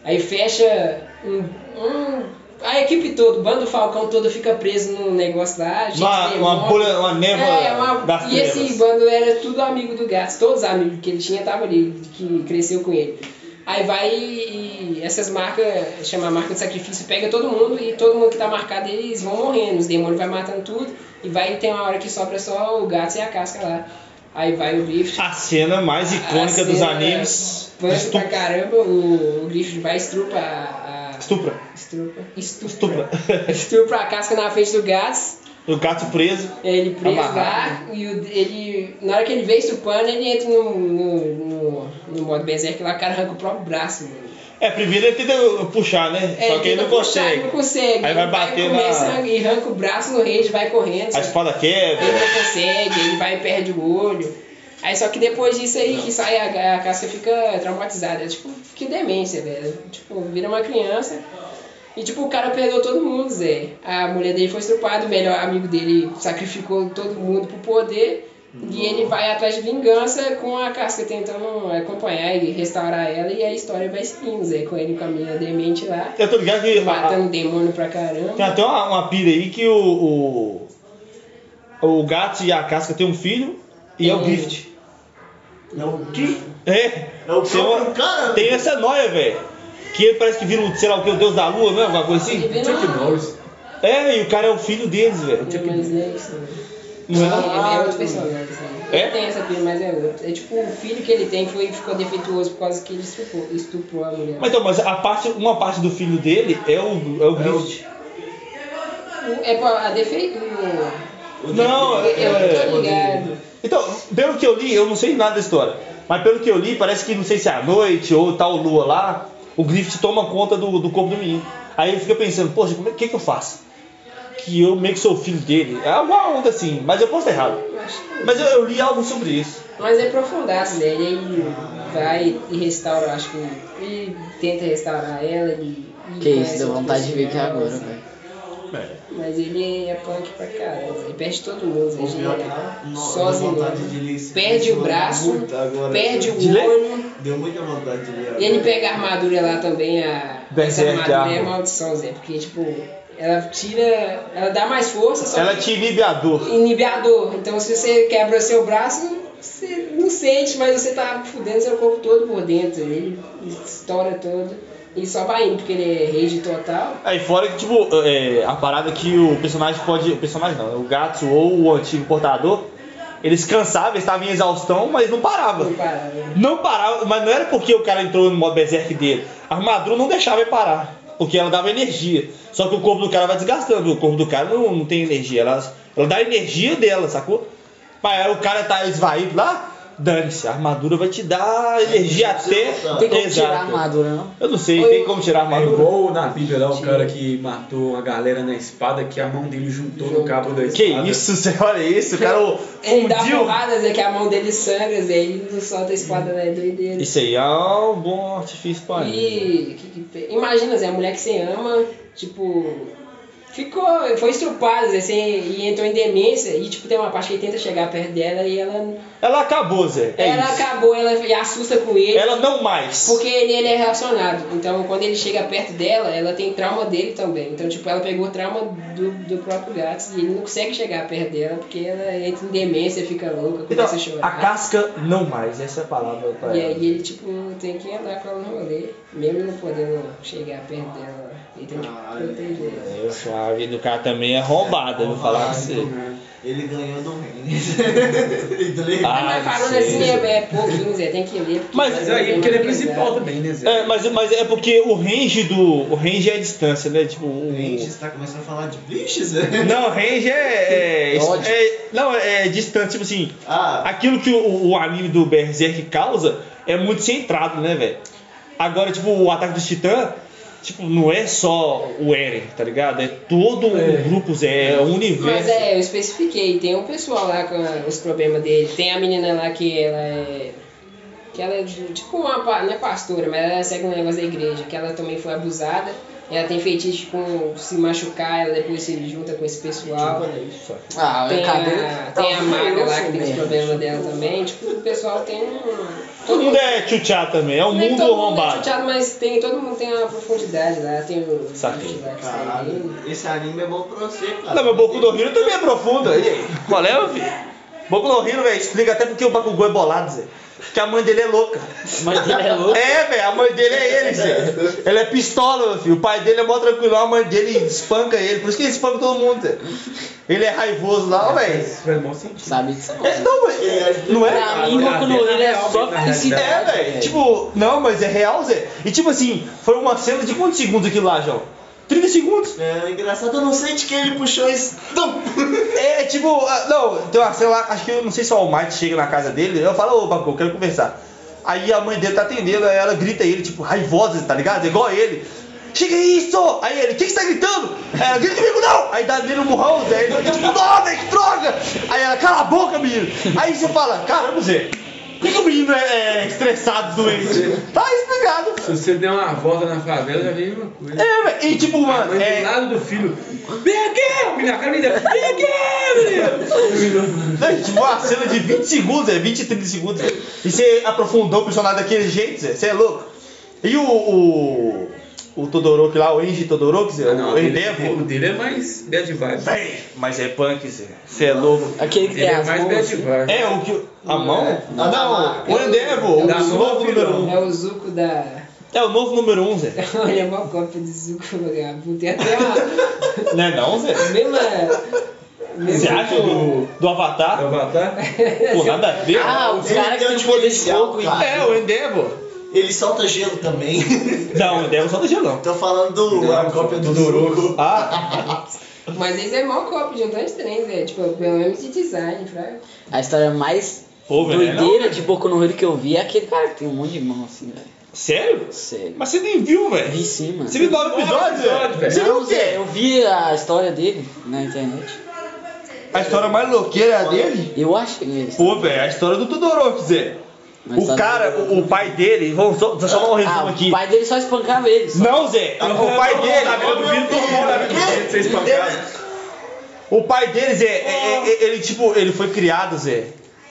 [SPEAKER 3] Aí fecha um, um- a equipe toda, o bando do Falcão todo fica preso num negócio lá. a gente
[SPEAKER 2] Uma, uma
[SPEAKER 3] demora.
[SPEAKER 2] bolha, uma neva
[SPEAKER 3] É, uma-
[SPEAKER 2] das
[SPEAKER 3] e esse
[SPEAKER 2] trevas.
[SPEAKER 3] bando era tudo amigo do Gats, todos os amigos que ele tinha estavam ali, que cresceu com ele. Aí vai e e essas marcas, chama a marca de sacrifício, pega todo mundo e todo mundo que tá marcado eles vão morrendo, os demônios vai matando tudo e vai tem uma hora que sobra só o Gats e a casca lá. Aí vai o Griffith.
[SPEAKER 2] A cena mais icônica
[SPEAKER 3] a
[SPEAKER 2] dos
[SPEAKER 3] cena
[SPEAKER 2] animes.
[SPEAKER 3] punk
[SPEAKER 2] Estu-
[SPEAKER 3] pra caramba, o, o Griffith vai e estrupa a. a-
[SPEAKER 2] Estupra.
[SPEAKER 3] Estrupa. Estupra.
[SPEAKER 2] Estupra.
[SPEAKER 3] Estupra a casca na frente do Gats.
[SPEAKER 2] o gato preso.
[SPEAKER 3] É, Ele preso
[SPEAKER 2] Amarrado.
[SPEAKER 3] lá e o- ele, na hora que ele vê estupando, ele entra no, no, no, no modo berserk lá, o cara arranca o próprio braço, mano.
[SPEAKER 2] É, primeiro ele tenta puxar, né?
[SPEAKER 3] É,
[SPEAKER 2] Só que ele não
[SPEAKER 3] tenta puxar,
[SPEAKER 2] consegue.
[SPEAKER 3] ele não consegue.
[SPEAKER 2] Aí
[SPEAKER 3] Ele
[SPEAKER 2] vai bater
[SPEAKER 3] comer
[SPEAKER 2] na-
[SPEAKER 3] sangue E arranca o braço no rei, vai correndo.
[SPEAKER 2] A
[SPEAKER 3] só que
[SPEAKER 2] espada
[SPEAKER 3] Ele
[SPEAKER 2] quebra.
[SPEAKER 3] não consegue, ele vai e perde o olho. Aí só que depois disso aí que sai a, a casca fica traumatizada. É tipo, que demência, velho. Tipo, vira uma criança. E tipo, o cara perdeu todo mundo, Zé. A mulher dele foi estrupada, o melhor amigo dele sacrificou todo mundo pro poder. E ele vai atrás de vingança com a casca tentando acompanhar e restaurar ela. E a história vai seguindo, Zé, com ele com a minha demente lá.
[SPEAKER 2] Eu tô ligado que a-
[SPEAKER 3] Matando demônio pra
[SPEAKER 2] Tem
[SPEAKER 3] caramba.
[SPEAKER 2] até uma, uma pira aí que o, o. O gato e a casca tem um filho e é o
[SPEAKER 3] Tem.
[SPEAKER 2] Griffith.
[SPEAKER 7] É o que?
[SPEAKER 2] É.
[SPEAKER 7] É o
[SPEAKER 2] Tem uma-
[SPEAKER 7] próprio cara? né?
[SPEAKER 2] Tem essa noia, velho. Que ele parece que vira, um, sei lá o que, o deus da lua, né? Alguma coisa
[SPEAKER 3] Ele
[SPEAKER 2] assim.
[SPEAKER 3] vira
[SPEAKER 5] Chuck
[SPEAKER 3] uma-
[SPEAKER 5] Norris.
[SPEAKER 2] É, e o cara é o filho deles, velho.
[SPEAKER 3] Não, mas não é isso, não.
[SPEAKER 2] Não é? não?
[SPEAKER 3] É, é
[SPEAKER 7] Ah,
[SPEAKER 3] outro personagem. sabe?
[SPEAKER 2] É?
[SPEAKER 3] Ele tem essa filha, mas é outro. É tipo, o filho que ele tem foi, ficou defeituoso por causa que ele estuprou, estuprou a mulher.
[SPEAKER 2] Mas então, mas a parte, uma parte do filho dele é o, é o Griffith.
[SPEAKER 3] O- É pra, a defeito.
[SPEAKER 2] Não, é,
[SPEAKER 3] Eu tô ligado.
[SPEAKER 2] Então, pelo que eu li, eu não sei nada da história. Mas pelo que eu li, parece que não sei se é à noite ou tal lua lá, o Griffith toma conta do, do corpo do menino. Aí ele fica pensando, poxa, como é- o que, que eu faço? Que eu meio que sou filho dele. É alguma onda assim, mas eu posso estar errado.
[SPEAKER 3] Eu acho que-
[SPEAKER 2] Mas eu, eu li algo sobre isso.
[SPEAKER 3] Mas é profundaço, né? Ele vai e restaura, acho que. E tenta restaurar ela e. e
[SPEAKER 8] Que isso,
[SPEAKER 3] conhece
[SPEAKER 8] deu
[SPEAKER 3] outras
[SPEAKER 8] vontade de ver aqui
[SPEAKER 3] pessoas.
[SPEAKER 8] agora, velho.
[SPEAKER 3] assim. Mas ele é punk pra caramba. Ele perde todo mundo,
[SPEAKER 7] O
[SPEAKER 3] gente.
[SPEAKER 7] pior que no-
[SPEAKER 3] Sozinho.
[SPEAKER 7] deu vontade de ler esse
[SPEAKER 3] Perde
[SPEAKER 7] livro
[SPEAKER 3] o braço,
[SPEAKER 7] muito agora. né?
[SPEAKER 3] perde
[SPEAKER 2] De
[SPEAKER 3] o
[SPEAKER 2] ler?
[SPEAKER 3] olho.
[SPEAKER 7] Deu muita vontade de ler.
[SPEAKER 3] E ele pega a armadura lá também, a.
[SPEAKER 2] Berserk,
[SPEAKER 3] essa armadura é
[SPEAKER 2] arma.
[SPEAKER 3] maldição, Zé, porque tipo, ela tira. Ela dá mais força, só
[SPEAKER 2] Ela
[SPEAKER 3] que
[SPEAKER 2] te inibe a dor.
[SPEAKER 3] inibiador. Então se você quebra seu braço, você não sente, mas você tá fudendo seu corpo todo por dentro. Ele estoura todo e só vai indo, porque ele é rage total.
[SPEAKER 2] Aí fora que, tipo, é, a parada que o personagem pode. O personagem não, o gato ou o antigo portador, eles cansavam, eles estavam em exaustão, mas não parava.
[SPEAKER 3] Não para, né?
[SPEAKER 2] Não parava, mas não era porque o cara entrou no modo berserk dele. A armadura não deixava ele parar, porque ela dava energia. Só que o corpo do cara vai desgastando, o corpo do cara não, não tem energia. Ela, ela dá a energia dela, sacou? Mas aí o cara tá esvaído lá, dane-se, a armadura vai te dar energia até.
[SPEAKER 8] Tem como tirar a
[SPEAKER 2] Exato.
[SPEAKER 8] armadura, não?
[SPEAKER 2] Eu não sei, tem como tirar a
[SPEAKER 5] É
[SPEAKER 2] armadura.
[SPEAKER 5] igual na Bíblia lá, o cara que matou a galera na espada, que a mão dele juntou no cabo da
[SPEAKER 2] Que
[SPEAKER 5] espada.
[SPEAKER 2] isso, você olha isso, o cara
[SPEAKER 3] Ele dá
[SPEAKER 2] fundiu.
[SPEAKER 3] porrada, Zé, que a mão dele sangra, Zé, ele não solta a espada, né? Doideira.
[SPEAKER 2] Isso aí é um bom artifício pra ele.
[SPEAKER 3] E que, que pe- imagina, Zé, a mulher que você ama, tipo, ficou, foi estrupada, Zé, você, e entrou em demência, e tipo, tem uma parte que ele tenta chegar perto dela e ela,
[SPEAKER 2] Ela acabou, Zé. É
[SPEAKER 3] ela
[SPEAKER 2] isso. É
[SPEAKER 3] acabou, ela e assusta com ele,
[SPEAKER 2] Ela não mais.
[SPEAKER 3] porque ele, ele é relacionado. Então, quando ele chega perto dela, ela tem trauma dele também. Então, tipo, ela pegou trauma do, do próprio gato e ele não consegue chegar perto dela, porque ela entra em demência, fica louca,
[SPEAKER 2] Então,
[SPEAKER 3] começa a chorar.
[SPEAKER 2] a casca não mais, essa é a palavra pra
[SPEAKER 3] E
[SPEAKER 2] ela.
[SPEAKER 3] aí ele, tipo, tem que andar com ela no rolê, mesmo não podendo chegar perto
[SPEAKER 2] Ah,
[SPEAKER 3] dela. Ele tem que proteger.
[SPEAKER 2] Eu, sou- a vida do cara também é roubada, vou falar pra você.
[SPEAKER 7] Ele ganhou do Reigns. Entendeu?
[SPEAKER 3] Ah, mas falando assim é, é pouquinho, Zé, tem que ler. porque
[SPEAKER 2] Mas
[SPEAKER 3] vai
[SPEAKER 5] Mas
[SPEAKER 3] dar
[SPEAKER 5] aí,
[SPEAKER 3] uma
[SPEAKER 5] porque ele é
[SPEAKER 3] pesada.
[SPEAKER 5] principal também, né, Zé?
[SPEAKER 2] É, mas, mas é porque o range do. O range é a distância, né? Tipo, o.
[SPEAKER 7] O Reigns está tá começando a falar de bliches, né?
[SPEAKER 2] Não, range é. é-
[SPEAKER 8] Ódio.
[SPEAKER 2] é- não, é distância, tipo assim.
[SPEAKER 7] Ah,
[SPEAKER 2] Aquilo que o, o anime do Berserk causa é muito centrado, né, velho? Agora, tipo, o ataque dos titãs, tipo, não é só o Eren, tá ligado? É todo o grupo, Zé, é o
[SPEAKER 3] Mas
[SPEAKER 2] universo.
[SPEAKER 3] é, eu especifiquei, tem um pessoal lá com a- os problemas dele, tem a menina lá que ela é. Que ela é de- tipo uma. pa- Não é pastora, mas ela segue um negócio da igreja, que ela também foi abusada, ela tem feitiço com se machucar, ela depois se junta com esse pessoal.
[SPEAKER 2] Tipo,
[SPEAKER 8] Ah,
[SPEAKER 3] Tem
[SPEAKER 8] é
[SPEAKER 3] a,
[SPEAKER 8] cadeira. Tá
[SPEAKER 3] tem a maga lá que tem esse
[SPEAKER 8] Merda.
[SPEAKER 3] problema dela também. Tipo, o pessoal tem um.
[SPEAKER 2] Todo mundo é tchutchá também, é o
[SPEAKER 3] nem
[SPEAKER 2] mundo
[SPEAKER 3] todo mundo é
[SPEAKER 2] arrombado.
[SPEAKER 3] chateado, mas tem, todo mundo tem uma profundidade lá, tem o.
[SPEAKER 2] Saquei.
[SPEAKER 3] lá que segue.
[SPEAKER 7] caralho. Esse anime é bom pra você, cara.
[SPEAKER 2] Ah, Não, meu Boku do Hero também é profundo. E aí? Qual é, meu filho? Boku do Hero, velho, explica até porque o Bakugou é bolado, Zé. Porque a mãe dele é louca.
[SPEAKER 8] Mas ele é louco.
[SPEAKER 2] É, velho, a mãe dele é ele, Zé. Ele é pistola, meu filho. O pai dele é mó tranquilo, a mãe dele espanca ele. Por isso que ele espanca todo mundo, Zé. Ele é raivoso lá, velho.
[SPEAKER 5] Isso faz mau sentido.
[SPEAKER 8] Sabe disso? não.
[SPEAKER 2] É, não, mas- é, não é?
[SPEAKER 8] Pra mim,
[SPEAKER 5] Ah,
[SPEAKER 8] Boku no
[SPEAKER 5] é
[SPEAKER 8] Hero é
[SPEAKER 5] real,
[SPEAKER 8] só
[SPEAKER 5] na realidade.
[SPEAKER 8] felicidade.
[SPEAKER 2] É, velho. Tipo, não, mas é real, Zé. E tipo assim, foi uma cena de quantos segundos aquilo lá, João? 30 segundos?
[SPEAKER 7] É engraçado, eu não sei de quem ele puxou isso. Tum!
[SPEAKER 2] É, tipo, ah, não, tem uma cena lá, acho que eu não sei se o All Might chega na casa dele, eu falo, ô Bacu, quero conversar. Aí a mãe dele tá atendendo, aí ela grita ele, tipo, raivosa, tá ligado? É igual ele. Chega isso! Aí ele, quem que você tá gritando? Aí ela, grita comigo não! Aí dá nele um murrão, Zé, ele fica tipo, não, velho, que droga! Aí ela, cala a boca, menino! Aí você fala, caramba, Zé, por que, que o menino é, é estressado, doente? Tá explicado.
[SPEAKER 5] Se você der uma volta na favela, já vem uma coisa.
[SPEAKER 2] É, velho, e tipo,
[SPEAKER 5] A
[SPEAKER 2] mano,
[SPEAKER 5] mãe
[SPEAKER 2] é,
[SPEAKER 5] do lado do filho. Vem aqui! O menino, a cara me deu. Vem aqui! menino."
[SPEAKER 2] Não, tipo, uma cena de 20 segundos, é 20, 30 segundos. Zé. E você aprofundou o personagem daquele jeito, Zé. Você é louco. E o. O, o Todoroki lá, o Enji Todoroki, Zé,
[SPEAKER 5] Ah, não,
[SPEAKER 2] o
[SPEAKER 5] dele-
[SPEAKER 2] Endeavor.
[SPEAKER 5] O dele é mais bad vibe.
[SPEAKER 2] Véi, mas é punk, Zé. Você é louco.
[SPEAKER 8] Aquele que
[SPEAKER 5] Ele
[SPEAKER 8] tem
[SPEAKER 5] é
[SPEAKER 8] as
[SPEAKER 5] mais bad
[SPEAKER 8] mãos.
[SPEAKER 5] vibe.
[SPEAKER 2] É, o que. A mão?
[SPEAKER 7] Ah,
[SPEAKER 2] Não, o Endeavor,
[SPEAKER 5] Da
[SPEAKER 2] o novo
[SPEAKER 5] mão,
[SPEAKER 2] número
[SPEAKER 5] filhão.
[SPEAKER 2] 1. Um.
[SPEAKER 3] É o Zuko da.
[SPEAKER 2] É o novo número 1, um, Zé.
[SPEAKER 3] Olha, é uma cópia de Zuko vagabundo. Tem até a
[SPEAKER 2] Não é não, Zé?
[SPEAKER 3] mesma.
[SPEAKER 2] Você acha é do, é do
[SPEAKER 5] É o
[SPEAKER 2] Avatar?
[SPEAKER 5] Avatar?
[SPEAKER 2] Por nada a ver.
[SPEAKER 8] Ah, o cara que
[SPEAKER 7] Ele
[SPEAKER 8] tem
[SPEAKER 7] tem
[SPEAKER 8] poder de
[SPEAKER 7] diferencial,
[SPEAKER 8] fogo. e-
[SPEAKER 7] cara.
[SPEAKER 2] É, o Endeavor.
[SPEAKER 7] Ele solta gelo também.
[SPEAKER 2] Não, o Endeavor só tá gelão.
[SPEAKER 7] Tô falando do a cópia do Zuko.
[SPEAKER 2] Ah,
[SPEAKER 3] Mas eles é mal cópia de um tanto de trem, Zé. Tipo, pelo menos de design, fraco.
[SPEAKER 8] A história mais
[SPEAKER 2] pô, velho. não.
[SPEAKER 8] doideira de Boku no Hero que eu vi é aquele cara que tem um monte de mão assim, velho.
[SPEAKER 2] Sério?
[SPEAKER 8] Sério.
[SPEAKER 2] Mas você nem viu, velho.
[SPEAKER 8] Vi sim, mano.
[SPEAKER 2] Você viu nove episódios, um velho?
[SPEAKER 5] episódios, velho.
[SPEAKER 2] Você viu
[SPEAKER 8] Não,
[SPEAKER 2] o
[SPEAKER 8] Zé,
[SPEAKER 2] quê?
[SPEAKER 8] eu vi a história dele na internet.
[SPEAKER 2] A história mais louqueira é a dele?
[SPEAKER 8] Eu acho que mesmo.
[SPEAKER 2] Pô, velho, a história do Todoroki, Zé.
[SPEAKER 8] Mas
[SPEAKER 2] O
[SPEAKER 8] tá-
[SPEAKER 2] cara, o, o pai dele, vamos só, só dar um
[SPEAKER 8] Ah,
[SPEAKER 2] resumo aqui.
[SPEAKER 8] o pai dele só espancava ele. só.
[SPEAKER 2] Não, Zé, Ah, o pai
[SPEAKER 5] Eu
[SPEAKER 2] dele.
[SPEAKER 5] duvido todo mundo da vida dele ser espancado.
[SPEAKER 2] O pai dele, Zé, é- é- é- ele tipo, ele foi criado, Zé,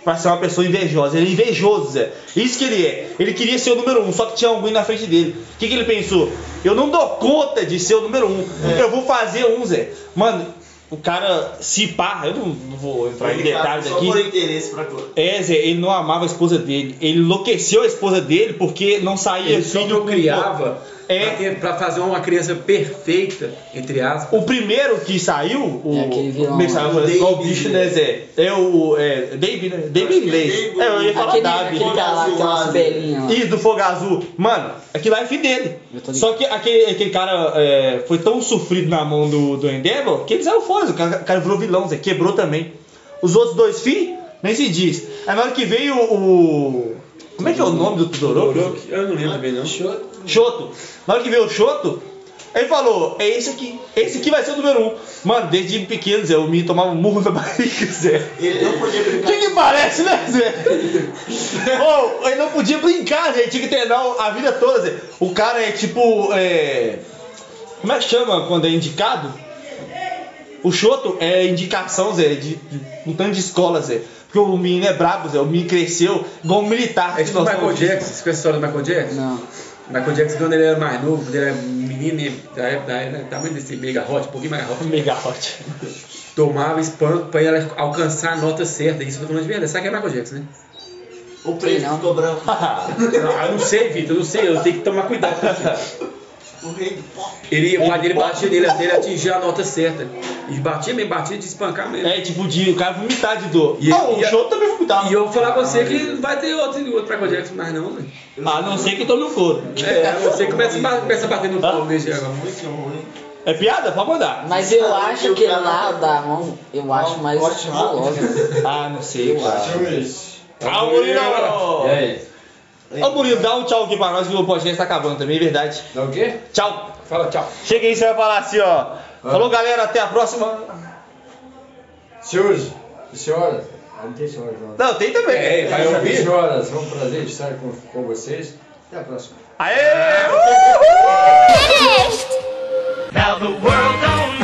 [SPEAKER 2] pra ser uma pessoa invejosa. Ele é invejoso, Zé. Isso que ele é. Ele queria ser o número um, só que tinha alguém na frente dele. O que, que ele pensou? Eu não dou conta de ser o número um. Eu vou fazer um, Zé. Mano, o cara se pá, eu não, não vou entrar em
[SPEAKER 7] Ele cara,
[SPEAKER 2] detalhes
[SPEAKER 7] só
[SPEAKER 2] aqui.
[SPEAKER 7] por interesse pra cor.
[SPEAKER 2] É, Zé, ele não amava a esposa dele. Ele enlouqueceu a esposa dele porque não saía
[SPEAKER 5] Ele só
[SPEAKER 2] filho com-
[SPEAKER 5] procriava
[SPEAKER 2] É.
[SPEAKER 5] pra ter- pra fazer uma criança perfeita, entre aspas.
[SPEAKER 2] O primeiro que saiu, o.
[SPEAKER 8] É aquele vilão
[SPEAKER 2] como é que saiu?
[SPEAKER 7] lá.
[SPEAKER 2] Qual
[SPEAKER 7] O
[SPEAKER 2] o
[SPEAKER 7] David,
[SPEAKER 2] bicho, né, Zé? É o. É, David, né? David
[SPEAKER 7] que é
[SPEAKER 2] inglês.
[SPEAKER 7] David.
[SPEAKER 2] É, eu ia falar
[SPEAKER 8] Aquele,
[SPEAKER 2] David.
[SPEAKER 8] aquele cara lá que tem umas belinhas lá.
[SPEAKER 2] E do Fogo Azul, mano, aquilo lá é filho dele.
[SPEAKER 8] Eu tô ligado.
[SPEAKER 2] Só que aquele, aquele cara é, foi tão sofrido na mão do, do Endeavor que ele saiu fora. O cara, o cara virou vilão, Zé, quebrou também. Os outros dois filhos, nem se diz. Aí na hora que veio o. Como é que é o nome do Todoroki?
[SPEAKER 5] Eu não lembro bem, não.
[SPEAKER 2] Choto. Na hora que veio o Choto, ele falou: é esse aqui, esse aqui vai ser o número um. Mano, desde pequeno, Zé, o menino tomava um murro na barriga, Zé.
[SPEAKER 7] Ele não podia
[SPEAKER 2] O
[SPEAKER 7] brincar.
[SPEAKER 2] que que parece, né, Zé? Ou, ele não podia brincar, Zé, tinha que treinar a vida toda, Zé. O cara é tipo, é... Como é que chama quando é indicado? O Choto é indicação, Zé, de, de um tanto de escola, Zé. Porque o menino é brabo, Zé, o menino cresceu igual um militar.
[SPEAKER 5] É tipo o
[SPEAKER 2] Nós
[SPEAKER 5] Michael
[SPEAKER 2] somos-
[SPEAKER 5] Jackson, você conhece a história do Michael Jackson?
[SPEAKER 8] Não.
[SPEAKER 5] Michael Jackson, quando ele era mais novo, quando ele era menino, ele, da época, da época, tamanho desse mega hot, um pouquinho mais hot,
[SPEAKER 2] Mega hot.
[SPEAKER 5] tomava espanco pra ele alcançar a nota certa. Isso eu tô falando de verdade. Sabe que é Michael Jackson, né?
[SPEAKER 7] O preto
[SPEAKER 8] Não.
[SPEAKER 7] ficou branco.
[SPEAKER 5] Não, Ah, eu não sei, Vitor, eu não sei, eu tenho que tomar cuidado com isso.
[SPEAKER 7] O rei do pop.
[SPEAKER 5] Ele, o pai dele batia nele até ele atingir a nota certa. E batia mesmo, batia de espancar mesmo.
[SPEAKER 2] É tipo de o cara vomitar de dor.
[SPEAKER 5] E-
[SPEAKER 2] não,
[SPEAKER 5] e-
[SPEAKER 2] o show também vomitava.
[SPEAKER 5] E eu vou falar pra você que não vai ter outro, outro Michael Jackson mais não, velho.
[SPEAKER 2] A não ser que eu tome um couro.
[SPEAKER 5] É, você começa, a ba- começa a bater no pau desde agora.
[SPEAKER 7] Muito ruim.
[SPEAKER 2] É piada? Pode mandar.
[SPEAKER 8] Mas eu acho que lá da mão, eu acho mais
[SPEAKER 7] corte rápido.
[SPEAKER 8] gulosa.
[SPEAKER 2] Ah, não sei.
[SPEAKER 8] Eu acho.
[SPEAKER 2] Ah, o Murilo!
[SPEAKER 10] E aí?
[SPEAKER 2] Ô Murilo, dá um tchau aqui pra nós que o podcast tá acabando também, é verdade.
[SPEAKER 10] Dá o quê?
[SPEAKER 2] Tchau!
[SPEAKER 5] Fala, tchau.
[SPEAKER 2] Chega aí, você vai falar assim, ó. Falou, galera, até a próxima.
[SPEAKER 10] Senhores e senhoras, ah, não tem senhoras não.
[SPEAKER 2] Não, tem também.
[SPEAKER 5] É, vai
[SPEAKER 10] Senhoras e
[SPEAKER 5] ouvir.
[SPEAKER 10] senhoras, foi um prazer estar com, com vocês. Até a próxima.
[SPEAKER 2] Aê! Uhul!
[SPEAKER 1] Finished!
[SPEAKER 6] Now the world don't